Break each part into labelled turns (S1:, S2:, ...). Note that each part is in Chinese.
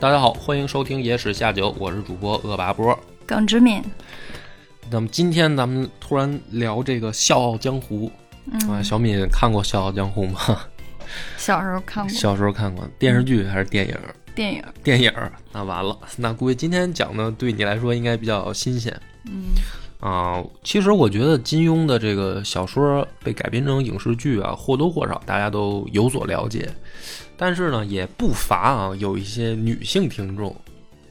S1: 大家好，欢迎收听《野史下酒》，我是主播恶拔波。
S2: 耿直敏，
S1: 那么今天咱们突然聊这个《笑傲江湖》啊，
S2: 嗯，
S1: 小敏看过《笑傲江湖》吗？
S2: 小时候看过
S1: 小时候看过，电视剧还是电影？
S2: 电影，
S1: 电影，那完了，那估计今天讲的对你来说应该比较新鲜
S2: 嗯
S1: 啊、其实我觉得金庸的这个小说被改编成影视剧啊，或多或少大家都有所了解，但是呢，也不乏啊有一些女性听众。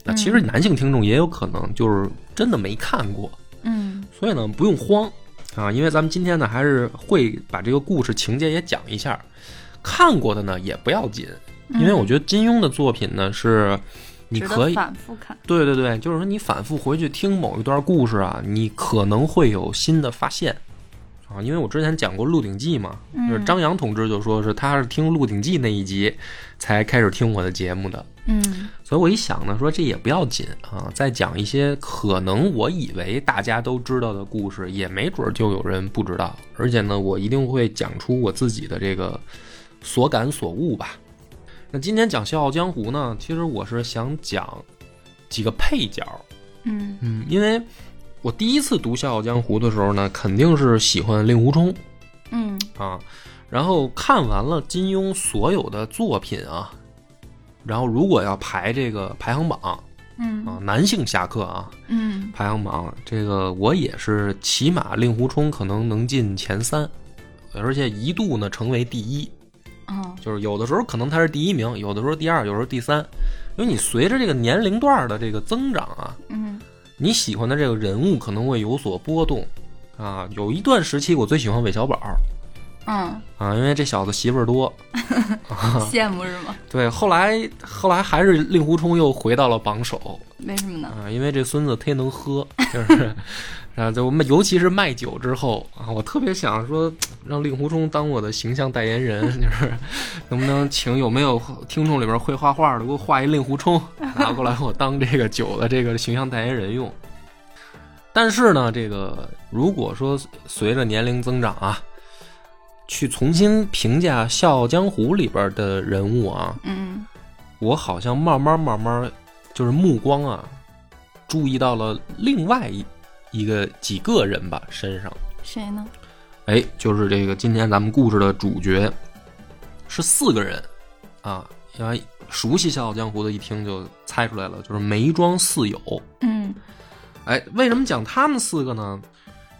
S1: 那其实男性听众也有可能就是真的没看过，
S2: 嗯
S1: 所以呢，不用慌啊，因为咱们今天呢还是会把这个故事情节也讲一下。看过的呢也不要紧，因为我觉得金庸的作品呢是你
S2: 嗯值得
S1: 可以
S2: 反复看，
S1: 对对对，就是说你反复回去听某一段故事啊，你可能会有新的发现啊。因为我之前讲过《鹿鼎记》嘛，就是
S2: 嗯
S1: 张扬同志就说是他是听《鹿鼎记》那一集才开始听我的节目的，
S2: 嗯
S1: 所以我一想呢，说这也不要紧啊，再讲一些可能我以为大家都知道的故事，也没准儿就有人不知道。而且呢，我一定会讲出我自己的这个所感所悟吧。那今天讲《笑傲江湖》呢，其实我是想讲几个配角，
S2: 嗯
S1: 嗯，因为我第一次读《笑傲江湖》的时候呢，肯定是喜欢令狐冲，
S2: 嗯
S1: 啊，然后看完了金庸所有的作品啊，然后如果要排这个排行榜
S2: 嗯
S1: 啊，男性侠客啊
S2: 嗯
S1: 排行榜，这个我也是起码令狐冲可能能进前三，而且一度呢成为第一，
S2: 哦
S1: 就是有的时候可能他是第一名，有的时候第二，有时候第三，因为你随着这个年龄段儿的这个增长啊，
S2: 嗯
S1: 你喜欢的这个人物可能会有所波动啊。有一段时期我最喜欢韦小宝儿
S2: 嗯，
S1: 啊，因为这小子媳妇儿多。
S2: 羡慕是吗？
S1: 对，后来后来还是令狐冲又回到了榜首
S2: 为什么呢？
S1: 啊，因为这孙子忒能喝，就是 啊，就我们尤其是卖酒之后啊，我特别想说让令狐冲当我的形象代言人， 就是能不能请有没有听众里边会画画的，给我画一令狐冲拿过来，我当这个酒的这个形象代言人用。但是呢，这个如果说随着年龄增长啊，去重新评价《笑傲江湖》里边的人物啊，
S2: 嗯
S1: 我好像慢慢慢慢就是目光啊，注意到了另外一一个几个人吧身上，
S2: 谁呢？
S1: 哎，就是这个今天咱们故事的主角是四个人啊，因为熟悉《笑傲江湖》的一听就猜出来了，就是梅庄四友。
S2: 嗯
S1: 哎，为什么讲他们四个呢？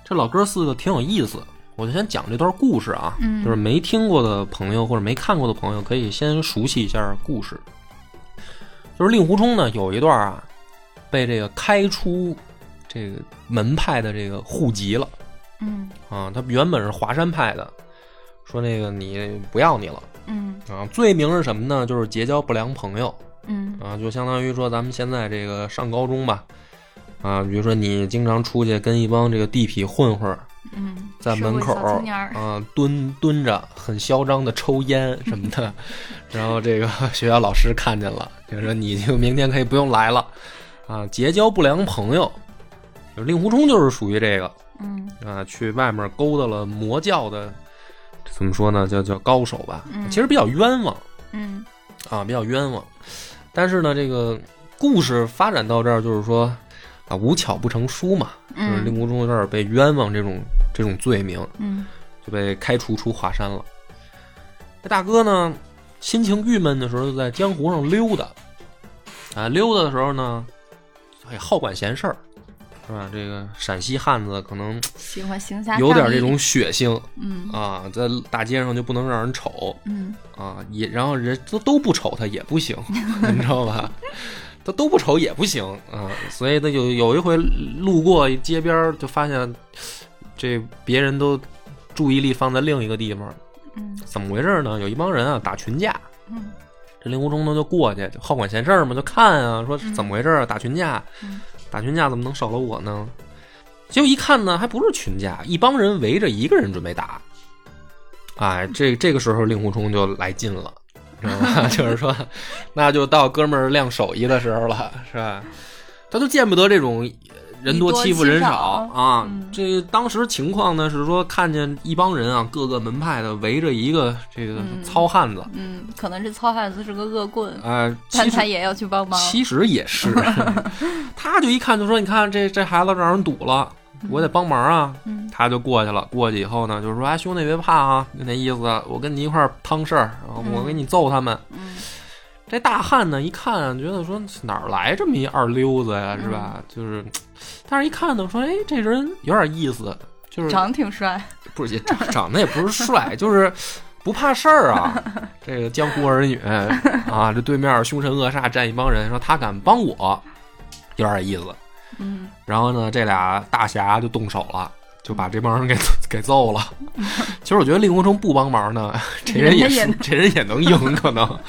S1: 这老哥四个挺有意思，我就先讲这段故事啊。
S2: 嗯
S1: 就是没听过的朋友或者没看过的朋友，可以先熟悉一下故事。就是令狐冲呢，有一段啊，被这个开出这个门派的这个户籍了
S2: 嗯
S1: 啊。他原本是华山派的，说那个你不要你了
S2: 嗯
S1: 啊。罪名是什么呢？就是结交不良朋友。
S2: 嗯
S1: 啊，就相当于说咱们现在这个上高中吧，啊，比如说你经常出去跟一帮这个地痞混混儿
S2: 嗯，
S1: 在
S2: 社
S1: 门
S2: 会
S1: 口
S2: 小青年
S1: 儿
S2: 儿，
S1: 啊蹲蹲着，很嚣张的抽烟什么的，然后这个 学校老师看见了，就说你就明天可以不用来了，啊，结交不良朋友。就令狐冲就是属于这个
S2: 嗯
S1: 啊，去外面勾搭了魔教的，怎么说呢，叫叫高手吧，
S2: 嗯
S1: 其实比较冤枉。
S2: 嗯
S1: 啊，比较冤枉。但是呢，这个故事发展到这儿，就是说啊，无巧不成书嘛，就是令
S2: 嗯
S1: 狐冲有点被冤枉这种这种罪名，
S2: 嗯
S1: 就被开除出华山了。这大哥呢，心情郁闷的时候，就在江湖上溜达，啊，溜达的时候呢，也好管闲事儿，是吧？这个陕西汉子可能
S2: 喜欢行侠
S1: 有点
S2: 仗义
S1: 这种血性
S2: 嗯
S1: 啊，在大街上就不能让人瞅，
S2: 嗯
S1: 啊，也然后人都都不瞅他也不行， 你知道吧？他都不瞅也不行啊，所以他有有一回路过街边儿就发现这别人都注意力放在另一个地方，
S2: 嗯
S1: 怎么回事呢？有一帮人啊打群架，
S2: 嗯
S1: 这令狐冲呢就过去，就好管闲事儿嘛，就看啊，说是怎么回事儿啊？打群架
S2: 嗯，
S1: 打群架怎么能少了我呢？结果一看呢，还不是群架，一帮人围着一个人准备打。哎，这这个时候令狐冲就来劲了，知道吧？ 就是说，那就到哥们儿亮手艺的时候了，是吧？他就见不得这种人多欺负人少
S2: 以多欺少
S1: 啊
S2: 嗯。
S1: 这当时情况呢是说，看见一帮人啊，各个门派的围着一个这个
S2: 嗯
S1: 糙汉子，
S2: 嗯，可能这糙汉子是个恶棍，
S1: 哎，
S2: 但
S1: 其
S2: 他
S1: 实
S2: 也要去帮忙。
S1: 其实也是，他就一看就说，你看这这孩子让人堵了，我得帮忙啊。
S2: 嗯
S1: 他就过去了，过去以后呢，就是说，哎，兄弟别怕啊，就那意思，我跟你一块儿趟事儿，啊我给你揍他们。
S2: 嗯
S1: 这大汉呢，一看觉得说哪儿来这么一二溜子呀，是吧？就是，但是一看呢，说哎，这人有点意思，就是
S2: 长得挺帅，
S1: 不是也长 长得也不是帅，就是不怕事儿 啊。这个江湖儿女啊，这对面凶神恶煞站一帮人，说他敢帮我，有点意思。
S2: 嗯，
S1: 然后呢，这俩大侠就动手了，就把这帮人给给揍 了。其实我觉得令狐冲不帮忙呢， 这人也
S2: 人家也
S1: 输，这人也能赢可能。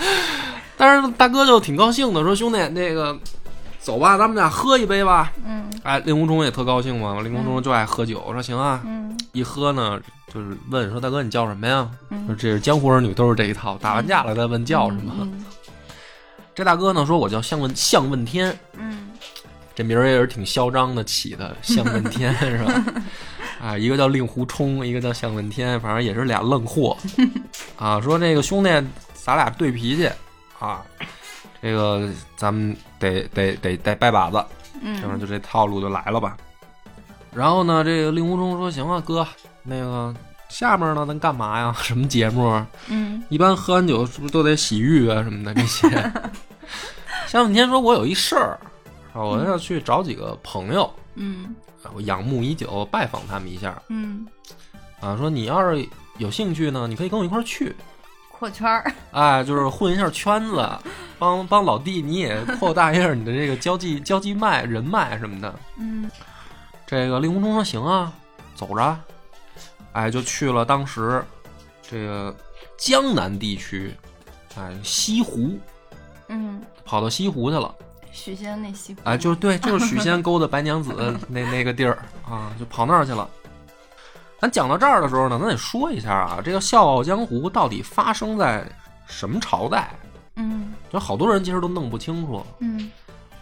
S1: 但是大哥就挺高兴的，说兄弟，那个走吧，咱们俩喝一杯吧。
S2: 嗯
S1: 哎，令狐冲也特高兴嘛，令狐冲就爱喝酒，我说行啊。
S2: 嗯
S1: 一喝呢，就是问说大哥你叫什么呀？说
S2: 嗯，
S1: 这是江湖儿女都是这一套，打完架了再问叫什么。
S2: 嗯？
S1: 这大哥呢说我叫向问向问天，
S2: 嗯
S1: 这名儿也是挺嚣张的起的，向问 天是吧？啊，一个叫令狐冲，一个叫向问天，反正也是俩愣 货啊。说这个兄弟，咱俩对脾气啊，这个咱们得得得得拜把子，
S2: 嗯
S1: 然后就这套路就来了吧。然后呢，这个令狐冲说：“行啊，哥，那个下面呢，咱干嘛呀？ 什么节目啊？
S2: 嗯
S1: 一般喝完酒是不是都得洗浴啊什么的这些？夏问天说：“我有一事儿，啊，我要去找几个朋友，
S2: 嗯
S1: 啊我仰慕已久，拜访他们一下
S2: 嗯，
S1: 啊。说你要是有兴趣呢，你可以跟我一块儿去，
S2: 扩圈儿，
S1: 哎，就是混一下圈子，帮帮老弟你也扩大一下你的这个交际交际脉人脉什么的。”
S2: 嗯
S1: 这个令狐冲说：“行啊，走着。”哎，就去了当时这个江南地区，哎，西湖。
S2: 嗯，
S1: 跑到西湖去了，
S2: 许仙那西
S1: 哎，就是对，就是许仙勾搭白娘子那那个地儿啊，就跑那儿去了。咱讲到这儿的时候呢，咱得说一下啊，这个《笑傲江湖》到底发生在什么朝代？
S2: 嗯
S1: 就好多人其实都弄不清楚，
S2: 嗯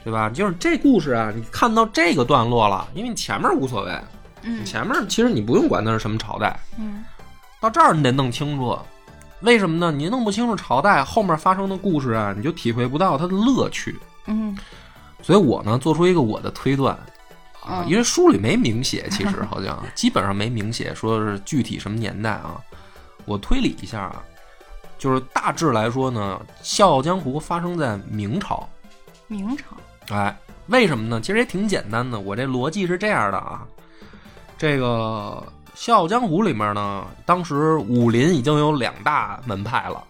S1: 对吧？就是这故事啊，你看到这个段落了，因为你前面无所谓，你
S2: 嗯
S1: 前面其实你不用管那是什么朝代，
S2: 嗯
S1: 到这儿你得弄清楚。为什么呢？你弄不清楚朝代后面发生的故事啊，你就体会不到它的乐趣。
S2: 嗯
S1: 所以我呢做出一个我的推断啊，
S2: 嗯
S1: 因为书里没明写，其实好像基本上没明写说是具体什么年代啊。我推理一下啊，就是大致来说呢，《笑傲江湖》发生在明朝。
S2: 明朝，
S1: 哎，为什么呢？其实也挺简单的，我这逻辑是这样的啊，这个。《笑傲江湖》里面呢，当时武林已经有两大门派了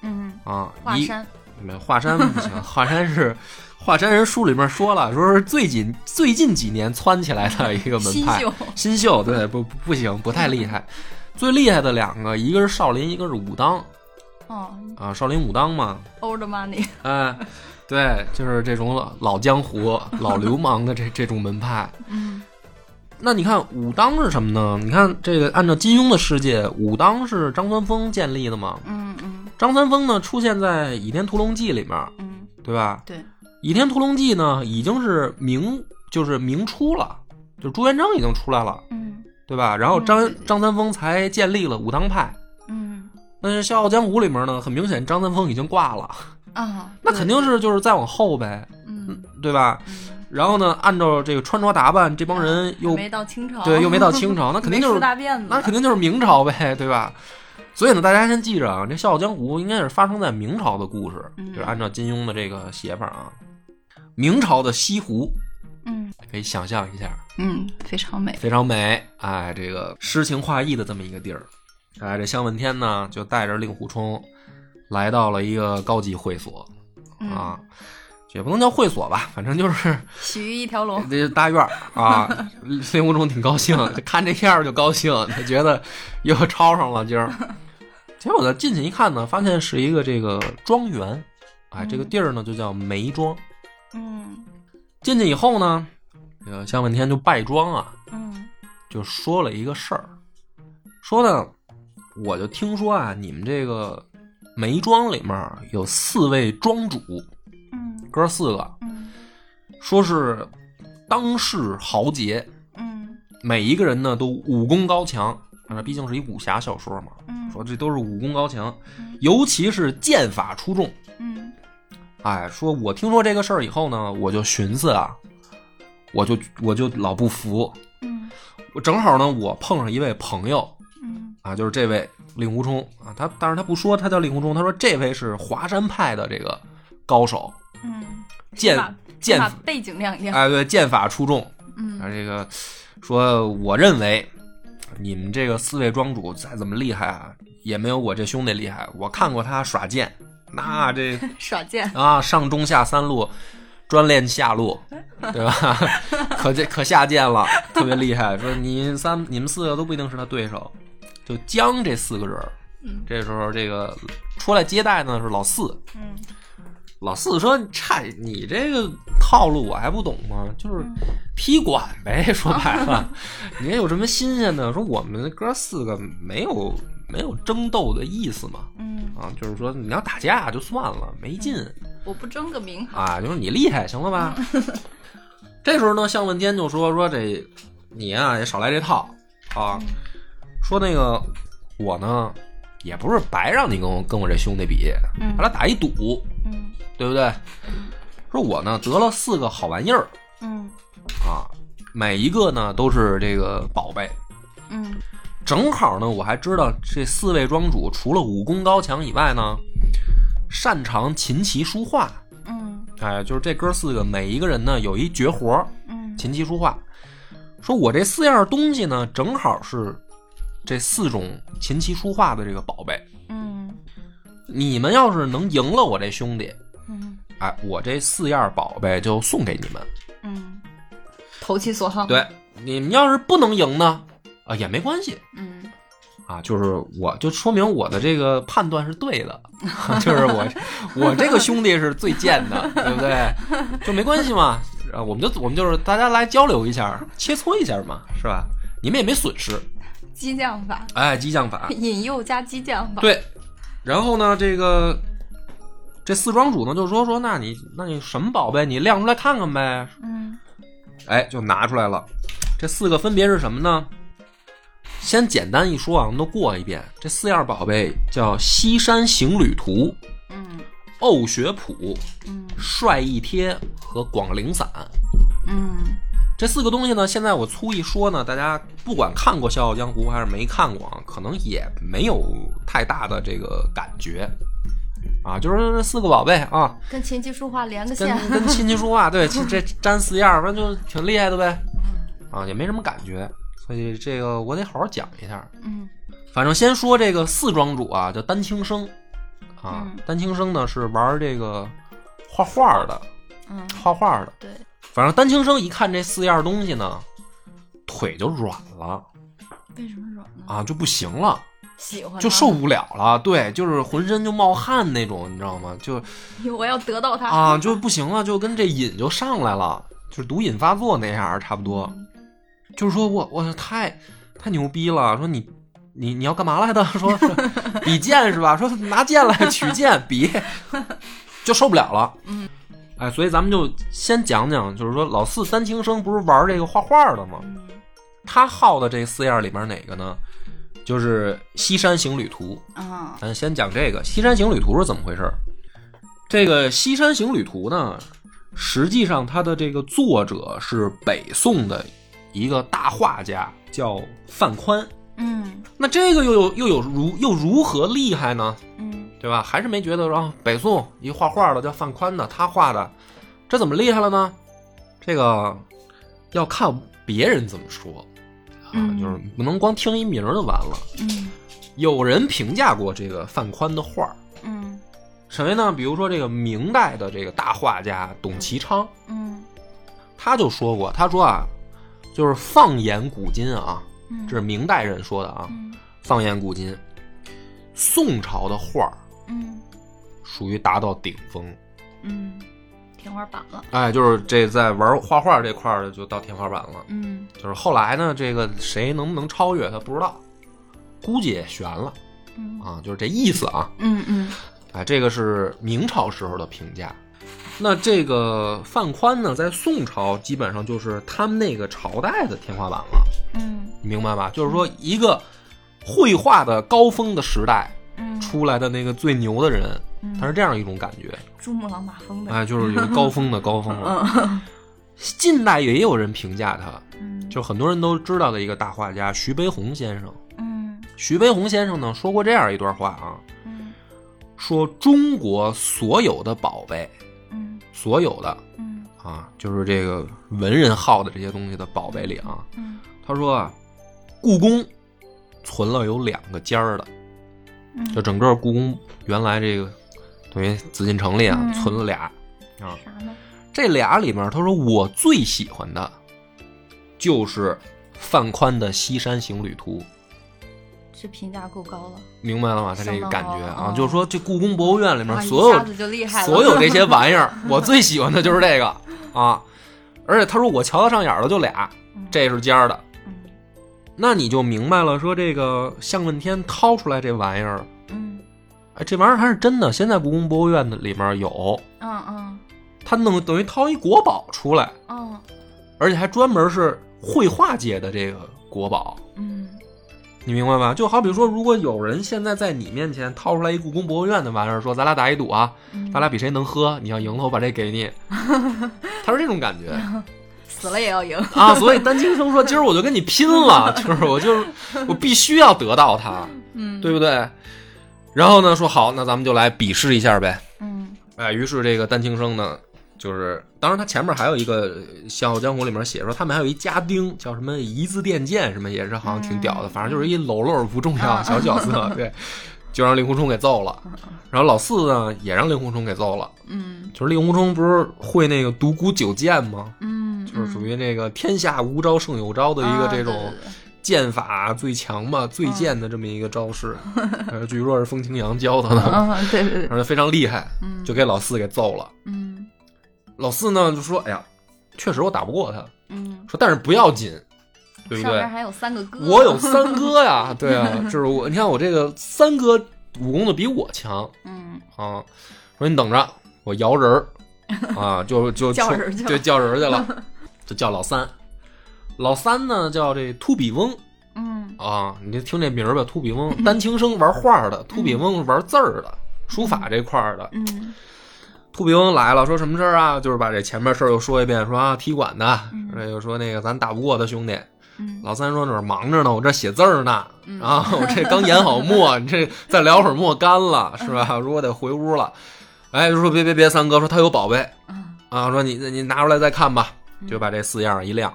S2: 嗯，
S1: 啊，
S2: 华
S1: 一
S2: 山，
S1: 没有华山不行， 华山是华山人书里面说了，说是最近最近几年窜起来的一个门
S2: 新
S1: 派，
S2: 秀，
S1: 新秀对不不不行，不太厉 害。最厉害的两个，一个是少林，一个是武当
S2: 哦
S1: 啊，少林武当嘛，
S2: ，old money，
S1: 哎，对，就是这种老老江湖、老流氓的这这种门派。
S2: 嗯
S1: 那你看武当是什么呢？你看这个，按照金庸的世界，武当是张三丰建立的嘛。
S2: 嗯嗯
S1: 张三丰呢，出现在《倚天屠龙记》里面，
S2: 嗯，
S1: 对吧？
S2: 对，
S1: 《倚天屠龙记》呢，已经是明就是明初了，就朱元璋已经出来了，
S2: 嗯
S1: 对吧？然后
S2: 嗯
S1: 张、
S2: 对对
S1: 张三丰才建立了武当派。
S2: 嗯
S1: 但是《笑傲江湖》里面呢，很明显张三丰已经挂了，
S2: 啊，
S1: 那
S2: 对
S1: 肯定，是就是再往后呗，
S2: 嗯
S1: 对吧？
S2: 嗯，
S1: 然后呢，按照这个穿着打扮，这帮人又
S2: 还没到清朝，
S1: 对又没到清朝，那肯定就
S2: 没梳
S1: 是
S2: 大辫子，
S1: 那肯定就是明朝呗，对吧？所以呢，大家先记着啊，这《笑傲江湖》应该是发生在明朝的故事，
S2: 嗯
S1: 就是按照金庸的这个写法啊，明朝的西湖，
S2: 嗯
S1: 可以想象一下，
S2: 嗯，非常美，
S1: 非常美，哎，这个诗情画意的这么一个地儿。哎，这向问天呢，就带着令狐冲来到了一个高级会所啊
S2: 嗯，，
S1: 也不能叫会所吧，反正就是
S2: 洗浴一条龙，
S1: 这大院儿啊。令狐冲挺高兴，看这样儿就高兴，他觉得又抄上了今儿。结果呢，进去一看呢，发现是一个这个庄园，哎，这个地儿呢就叫梅庄。
S2: 嗯
S1: 进去以后呢，这个向问天就拜庄啊，
S2: 嗯
S1: 就说了一个事儿，说呢，我就听说啊，你们这个梅庄里面有四位庄主，
S2: 嗯
S1: 哥四个，
S2: 嗯
S1: 说是当世豪杰，
S2: 嗯
S1: 每一个人呢都武功高强，啊，毕竟是一武侠小说嘛，
S2: 嗯，
S1: 说这都是武功高强
S2: 嗯，
S1: 尤其是剑法出众。
S2: 嗯
S1: 哎，说我听说这个事儿以后呢，我就寻思啊，我就我就老不服，
S2: 嗯
S1: 我正好呢，我碰上一位朋友
S2: 嗯
S1: 啊，就是这位令狐冲啊，他但是他不说他叫令狐冲，他说这位是华山派的这个高手，
S2: 嗯，
S1: 剑
S2: 把
S1: 剑
S2: 把背景亮一亮，
S1: 哎对，剑法出众，啊，
S2: 嗯
S1: 这个说，我认为你们这个四位庄主再怎么厉害啊，也没有我这兄弟厉害。我看过他耍剑，那 这
S2: 耍剑，
S1: 啊上中下三路，专练下路，对吧？ 可这可下剑了，特别厉害。说你三你们四个都不一定是他对手，就将这四个人儿。
S2: 嗯
S1: 这时候这个出来接待呢是老四，
S2: 嗯
S1: 老四说：“差你这个套路我还不懂吗？就是踢馆呗， 说白了，你这有什么新鲜的？说我们哥四个没有没有争斗的意思嘛。”
S2: 嗯，
S1: 啊，就是说你要打架就算了，没劲
S2: 我不争个名号，
S1: 啊，就是你厉害行了吧？这时候呢，向问天就说说这你呀、也少来这套啊，说那个我呢也不是白让你跟我跟我这兄弟比，
S2: 嗯
S1: 咱俩打一赌，
S2: 嗯
S1: 对不对？说我呢得了四个好玩意儿
S2: 嗯
S1: 啊，每一个呢都是这个宝贝。
S2: 嗯
S1: 正好呢，我还知道这四位庄主除了武功高强以外呢，擅长琴棋书画。
S2: 嗯
S1: 哎，就是这哥四个，每一个人呢有一绝活儿，
S2: 嗯
S1: 琴棋书画。说我这四样东西呢，正好是这四种琴棋书画的这个宝贝。
S2: 嗯
S1: 你们要是能赢了我这兄弟，
S2: 嗯
S1: 哎，我这四样宝贝就送给你们。
S2: 嗯，投其所好，，
S1: 对，你们要是不能赢呢，啊也没关系
S2: 嗯
S1: 啊，就是我就说明我的这个判断是对的， 就是我我这个兄弟是最贱的，对不对？就没关系嘛，啊，我们就我们就是大家来交流一下，切磋一下嘛，是吧？你们也没损失，
S2: 激将法，
S1: 哎，激将法，
S2: 引诱加激将法，，
S1: 对。然后呢，这个这四庄主呢就说说，那你那你什么宝贝，你亮出来看看呗，
S2: 嗯
S1: 哎，就拿出来了。这四个分别是什么呢？先简单一说啊，我们都过一遍。这四样宝贝叫《西山行旅图》
S2: 嗯
S1: 《呕血谱》
S2: 嗯
S1: 《帅一贴》和《广陵散》。
S2: 嗯
S1: 这四个东西呢，现在我粗一说呢，大家不管看过《笑傲江湖》还是没看过啊，可能也没有太大的这个感觉啊。就是这四个宝贝啊，
S2: 跟琴棋书画连 个线，
S1: 跟跟琴棋书画，对，这这沾四样儿，反正就挺厉害的呗，啊，也没什么感觉，所以这个我得好好讲一下。
S2: 嗯
S1: 反正先说这个四庄主啊，叫丹青生，啊，
S2: 嗯
S1: 丹青生呢是玩这个画画的，
S2: 嗯，
S1: 画画的。
S2: 对，
S1: 反正丹青生一看这四样东西呢，腿就软了
S2: 为什么软呢？
S1: 啊，就不行了，
S2: 喜欢
S1: 就
S2: 他
S1: 受，不了了，对，就是浑身就冒汗那种，你知道吗？就
S2: 我要得 到他，
S1: 啊，就不行了，就跟这瘾就上来了，就是毒瘾发作那样儿差不多。就是说我我太太牛逼了，说你你你要干嘛来的？ 说说比剑是吧？说拿剑来取剑比，就受不了了。
S2: 嗯，
S1: 哎，所以咱们就先讲讲，就是说老四丹青生不是玩这个画画的吗？
S2: 嗯
S1: 他好的这四样里面哪个呢？就是《西山行旅图》。
S2: 啊，
S1: 咱先讲这个《西山行旅图》是怎么回事儿。这个《西山行旅图》呢，实际上它的这个作者是北宋的一个大画家，叫范宽。
S2: 嗯
S1: 那这个又有又有如又如何厉害呢？
S2: 嗯
S1: 对吧？还是没觉得说啊北宋一画画的叫范宽的，他画的，这怎么厉害了呢？这个要看别人怎么说啊，
S2: 嗯
S1: 就是不能光听一名儿就完了。
S2: 嗯
S1: 有人评价过这个范宽的画儿，
S2: 嗯
S1: 谁呢？比如说这个明代的这个大画家董其昌，
S2: 嗯
S1: 他就说过，他说啊，就是放眼古今啊，
S2: 嗯，
S1: 这是明代人说的啊，
S2: 嗯
S1: 放眼古今，宋朝的画儿
S2: 嗯
S1: 属于达到顶峰。
S2: 嗯，天花板了，
S1: 哎，就是这在玩画画这块儿就到天花板了。
S2: 嗯
S1: 就是后来呢，这个谁能不能超越他不知道，估计也悬了
S2: 嗯
S1: 啊，就是这意思啊。
S2: 嗯嗯
S1: 哎，这个是明朝时候的评价。那这个范宽呢，在宋朝基本上就是他们那个朝代的天花板了，
S2: 嗯
S1: 你明白吧？就是说一个绘画的高峰的时代
S2: 嗯，
S1: 出来的那个最牛的人，他是这样一种感觉，
S2: 珠穆朗玛峰的，
S1: 哎，就是有一个高峰的高峰了。
S2: 嗯
S1: 近代也有人评价他，
S2: 嗯，
S1: 就很多人都知道的一个大画家徐悲鸿先生。
S2: 嗯
S1: 徐悲鸿先生呢说过这样一段话啊，
S2: 嗯
S1: 说中国所有的宝贝，
S2: 嗯
S1: 所有的
S2: 嗯
S1: 啊，就是这个文人好的这些东西的宝贝里啊，
S2: 嗯
S1: 他说啊，故宫存了有两个尖儿的，
S2: 嗯，
S1: 就整个故宫原来这个等于紫禁城里啊
S2: 嗯
S1: 存了俩啊，
S2: 啥呢？
S1: 这俩里面他说我最喜欢的，就是范宽的《西山行旅图》。
S2: 这评价够高了，
S1: 明白了吗？他这个感觉
S2: 相当
S1: 啊
S2: 高，
S1: 就是说这故宫博物院里面
S2: 哦哇
S1: 所
S2: 一
S1: 有
S2: 下子就厉害了，
S1: 所有这些玩意 儿，我最喜欢的就是这个啊。而且他说我瞧得上眼儿的就俩，
S2: 嗯
S1: 这是尖儿的。
S2: 嗯
S1: 那你就明白了，说这个向问天掏出来这玩意儿，
S2: 嗯
S1: 哎，这玩意儿还是真的。现在故宫博物院的里面有，
S2: 嗯嗯
S1: 他弄等于掏一国宝出来，
S2: 嗯
S1: 而且还专门是绘画界的这个国宝。
S2: 嗯
S1: 你明白吧？就好比说，如果有人现在在你面前掏出来一故宫博物院的玩意儿，说咱俩打一赌啊，
S2: 嗯，
S1: 咱俩比谁能喝，你要赢了我把这给你。他是这种感觉
S2: 死了也要赢，
S1: 啊，所以丹青生说今儿我就跟你拼了， 就是我就是我必须要得到它，
S2: 嗯
S1: 对不对？然后呢，说好，那咱们就来比试一下呗。
S2: 嗯
S1: 哎，于是这个丹青生呢，就是当然他前面还有一个《笑傲江湖》里面写说他们还有一家丁叫什么一字电剑什么，也是好像挺
S2: 嗯
S1: 屌的，反正就是一喽喽不重要小角色， 对，就让令狐冲给揍了。然后老四呢也让令狐冲给揍了。
S2: 嗯
S1: 就是令狐冲不是会那个独孤九剑吗？
S2: 嗯，啊
S1: 就是属
S2: 于
S1: 于那个天下无招胜有招的一个这种剑法最强
S2: 嗯
S1: 吧、最剑的这么一个招式， 呃据说是风清扬教他的，
S2: 嗯对对对，
S1: 而且非常厉害，
S2: 嗯
S1: 就给老四给揍了。
S2: 嗯
S1: 老四呢就说：“哎呀，确实我打不过他，
S2: 嗯，
S1: 说但是不要紧，对不
S2: 上
S1: 对
S2: 面？还有三个哥，
S1: 我有三哥 呀，对啊，就是我，你看我这个三哥武功就比我强，
S2: 嗯
S1: 啊，说你等着，我摇人儿啊，就就
S2: 叫人儿去了
S1: 就叫人儿去了，就叫老三。老三呢叫这秃比翁
S2: 嗯
S1: 啊，你就听这名儿 吧，秃比翁，丹青生玩画儿的，秃比翁是玩字儿的，书法这块儿的。
S2: 嗯
S1: 秃比翁来了，说什么事儿啊？就是把这前面事儿又说一遍，说啊踢馆的
S2: 嗯，
S1: 这就说那个咱打不过他兄弟。
S2: 嗯
S1: 老三说那儿忙着呢，我这写字儿呢
S2: 嗯，
S1: 啊，我这刚研好 墨，你这再聊会儿墨干了是吧？如果得回屋了，哎，就说别别别，三哥说他有宝贝
S2: 嗯
S1: 啊，说你你拿出来再看吧，就把这四样一亮，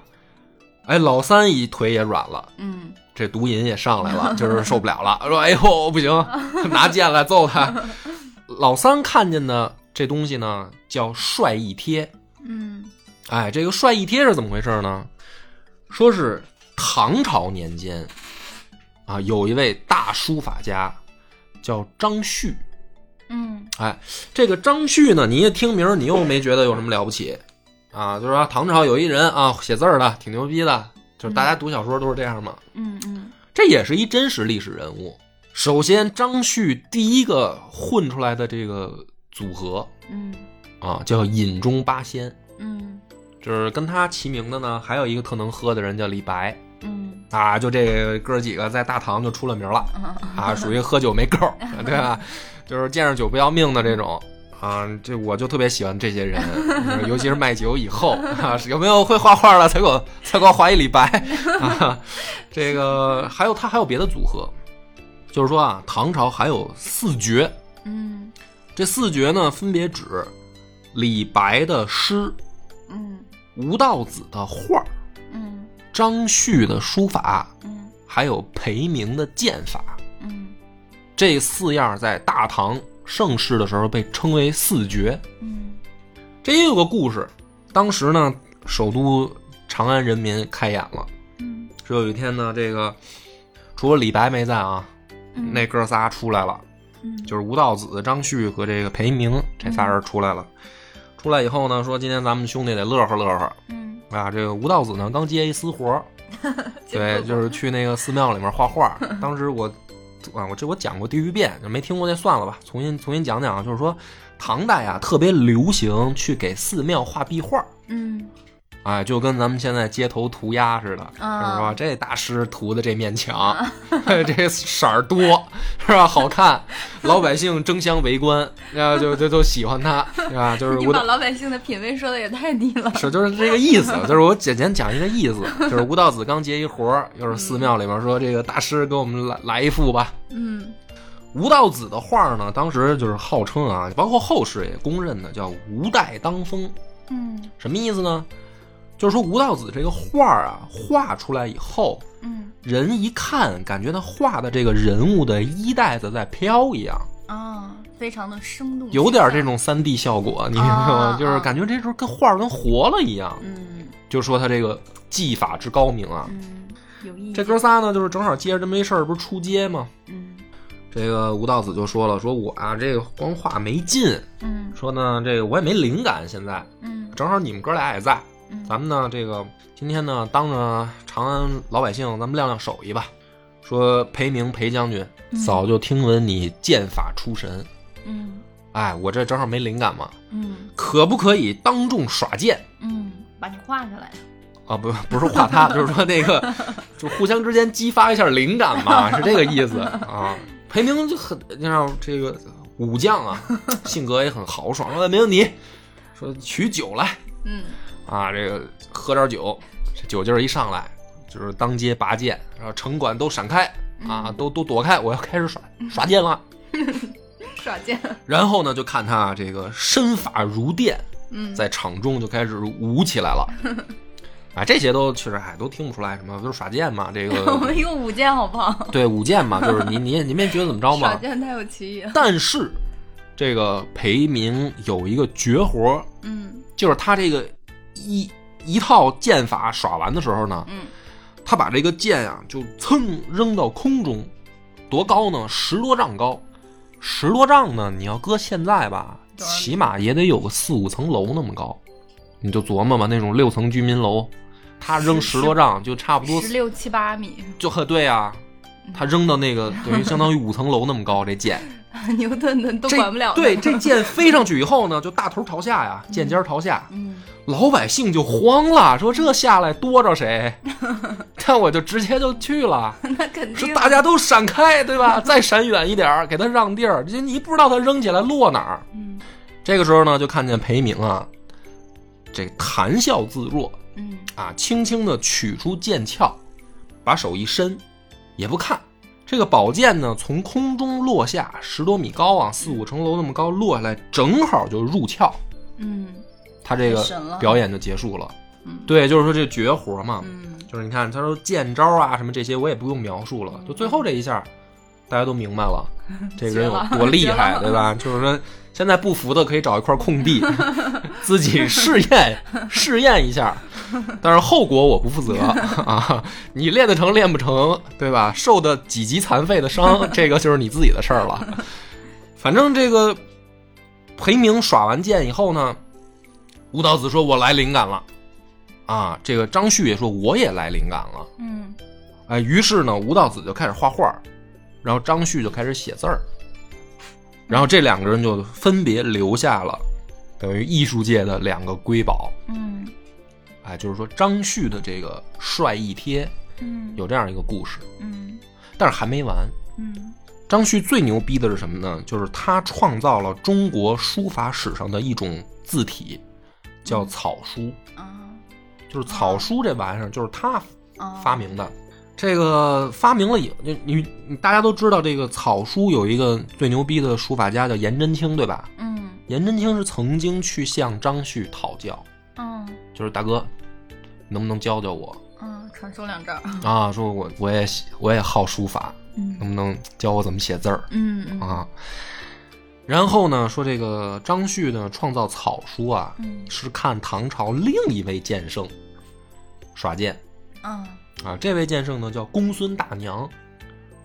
S1: 哎，老三一腿也软了。
S2: 嗯
S1: 这毒瘾也上来了，就是受不了了，说：“哎呦，不行，拿剑来揍他。”老三看见呢，这东西呢叫帅一贴，
S2: 嗯
S1: 哎，这个帅一贴是怎么回事呢？说是唐朝年间啊，有一位大书法家叫张旭。
S2: 嗯
S1: 这个张旭呢，你一听名儿，你又没觉得有什么了不起啊？就是说唐朝有一人啊，写字儿的挺牛逼的，就是大家读小说都是这样嘛。
S2: 嗯嗯
S1: 这也是一真实历史人物。首先，张旭第一个混出来的这个组合
S2: 嗯
S1: 啊，叫饮中八仙，
S2: 嗯
S1: 就是跟他齐名的呢，还有一个特能喝的人叫李白
S2: 嗯
S1: 啊，就这哥几个在大唐就出了名了啊，属于喝酒没够， 对吧？就是见着酒不要命的这种。啊，这我就特别喜欢这些人，尤其是卖酒以后啊，有没有会画画的才给我才给我画一李白啊？这个还有他还有别的组合，就是说啊，唐朝还有四绝，
S2: 嗯
S1: 这四绝呢分别指李白的诗、
S2: 嗯
S1: 吴道子的画、
S2: 嗯
S1: 张旭的书法，
S2: 嗯
S1: 还有裴明的剑法。
S2: 嗯
S1: 这四样在大唐盛世的时候被称为四绝。
S2: 嗯
S1: 这也有个故事，当时呢，首都长安人民开眼了，
S2: 嗯
S1: 说有一天呢，这个除了李白没在啊，
S2: 嗯
S1: 那哥仨出来了，
S2: 嗯，
S1: 就是吴道子、张旭和这个裴明这仨人出来了。出来以后呢，说今天咱们兄弟得乐呵乐呵
S2: 嗯，
S1: 啊。这个吴道子呢，刚接一私活儿， 对，
S2: 是
S1: 就是去那个寺庙里面画画。当时我啊，我这我讲过地狱变，就没听过那算了吧，重新重新讲讲啊。就是说，唐代啊特别流行去给寺庙画壁画，
S2: 嗯
S1: 哎，就跟咱们现在街头涂鸦似的，
S2: 啊
S1: 是吧？这大师涂的这面墙，这色儿多，是吧？好看，老百姓争相围观，然后就就都喜欢他，是吧？就是
S2: 你
S1: 我
S2: 把老百姓的品味说的也太低了。
S1: 是，就是这个意思，就是我简简讲一个意思，就是吴道子刚接一活儿，又是寺庙里面说这个大师给我们来来一幅吧。
S2: 嗯
S1: 吴道子的画呢，当时就是号称啊，包括后世也公认的叫吴代当风，
S2: 嗯
S1: 什么意思呢？就是说吴道子这个画儿啊，画出来以后，
S2: 嗯
S1: 人一看，感觉他画的这个人物的衣带子在飘一样，
S2: 啊，非常的生动，
S1: 有点这。种三 D 效果，你明白
S2: 嗯啊
S1: 吗？
S2: 啊
S1: 就是感觉这时候跟画儿跟活了一样，
S2: 嗯
S1: 就说他这个技法之高明啊。
S2: 嗯，有意思。
S1: 这哥仨呢，就是正好接着这么一事儿，不是出街吗？
S2: 嗯
S1: 这个吴道子就说了，说我啊，这个光画没劲，
S2: 嗯
S1: 说呢，这个我也没灵感，现在
S2: 嗯
S1: 正好你们哥俩也在，
S2: 嗯，
S1: 咱们呢，这个今天呢，当着长安老百姓，咱们亮亮手艺吧。说裴明裴将军，
S2: 嗯
S1: 早就听闻你剑法出神，
S2: 嗯
S1: 哎，我这正好没灵感嘛，
S2: 嗯
S1: 可不可以当众耍剑
S2: 嗯，把你画下来。
S1: 啊？不，不是画他，就是说那个，就互相之间激发一下灵感嘛，是这个意思啊。裴明就很，你知道这个武将啊，性格也很豪爽，说没问题，说取酒来，
S2: 嗯
S1: 啊，这个喝点酒，这酒劲儿一上来，就是当街拔剑，然后城管都闪开啊，都都躲开，我要开始耍耍剑了。
S2: 耍剑。
S1: 然后呢，就看他这个身法如电，
S2: 嗯
S1: 在场中就开始舞起来了。啊，这些都其实哎都听不出来什么，都是耍剑嘛。这
S2: 我
S1: 个
S2: 们用舞剑好不好？
S1: 对舞剑嘛，就是你你你们也觉得怎么着
S2: 耍
S1: 嘛。
S2: 剑太有歧义了。
S1: 但是这个裴明有一个绝活，
S2: 嗯
S1: 就是他这个一一套剑法耍完的时候呢，
S2: 嗯
S1: 他把这个剑啊，就噌扔到空中，多高呢？十多丈高，十多丈呢，你要搁现在吧，
S2: 多少米
S1: 起码也得有个四五层楼那么高。你就琢磨吧，那种六层居民楼，他扔
S2: 十
S1: 十多丈就差不多
S2: 十，六七八米，
S1: 就呵对啊，他扔到那个等于相当于五层楼那么高，这剑，
S2: 牛顿的 都
S1: 这
S2: 管不了。
S1: 对，这剑飞上去以后呢，就大头朝下呀，剑尖儿朝下，
S2: 嗯
S1: 老百姓就慌了，说这下来多着谁？ 那我就直接就去了。
S2: 那肯
S1: 是
S2: 定。
S1: 大家都闪开，对吧？再闪远一点儿，给他让地儿。你你不知道他扔起来落哪儿。
S2: 嗯
S1: 这个时候呢，就看见裴明啊，这谈笑自若
S2: 嗯
S1: 啊，轻轻的取出剑鞘，把手一伸，也不看。这个宝剑呢，从空中落下十多米高啊，四五层楼那么高落下来，正好就入鞘。
S2: 嗯
S1: 他这
S2: 太神了
S1: 个表演就结束了
S2: 嗯。
S1: 对，就是说这绝活嘛。
S2: 嗯
S1: 就是你看，他说剑招啊什么这些，我也不用描述了，就最后这一下，大家都明白 了，这个人有多厉
S2: 绝
S1: 害，
S2: 了
S1: 对 吧？就是说，现在不服的可以找一块空地，自己试验试验一下，但是后果我不负责 啊！你练得成练不成，对吧？受的几级残废的 伤，这个就是你自己的事儿了。反正这个裴明耍完剑以后呢，吴道子说：“我来灵感了。”啊，这个张旭也说：“我也来灵感了。
S2: 嗯”
S1: 哎，于是呢，吴道子就开始画画，然后张旭就开始写字儿，然后这两个人就分别留下了等于艺术界的两个瑰宝。
S2: 嗯
S1: 哎，就是说张旭的这个帅一贴
S2: 嗯
S1: 有这样一个故事，
S2: 嗯
S1: 但是还没完。
S2: 嗯
S1: 张旭最牛逼的是什么呢？就是他创造了中国书法史上的一种字体，叫草书。
S2: 啊
S1: 就是草书这玩意儿，就是他
S2: 啊
S1: 发明的。这个发明了以，你你你大家都知道，这个草书有一个最牛逼的书法家叫颜真卿，对吧？
S2: 嗯
S1: 颜真卿是曾经去向张旭讨教，
S2: 嗯
S1: 就是大哥，能不能教教我
S2: 嗯，传授两招。
S1: 啊？说我我也我也好书法，
S2: 嗯
S1: 能不能教我怎么写字儿？
S2: 嗯嗯
S1: 啊。然后呢，说这个张旭呢创造草书啊，
S2: 嗯
S1: 是看唐朝另一位剑圣耍剑
S2: 嗯
S1: 啊，这位剑圣呢叫公孙大娘，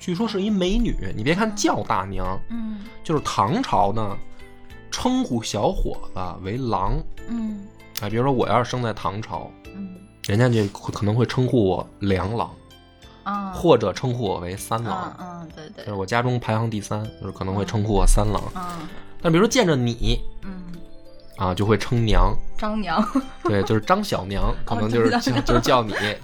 S1: 据说是一美女。你别看叫大娘，
S2: 嗯
S1: 就是唐朝呢，称呼小伙子为郎
S2: 嗯
S1: 啊。比如说我要是生在唐朝，
S2: 嗯
S1: 人家就可能会称呼我梁郎，
S2: 啊，
S1: 或者称呼我为三郎
S2: 嗯。嗯，对对
S1: 就是，我家中排行第三，就是可能会称呼我三郎。
S2: 嗯
S1: 但比如说见着你
S2: 嗯，
S1: 啊，就会称娘，
S2: 张娘，
S1: 对，就是张小 娘，可能就是
S2: 哦张
S1: 就就叫你，对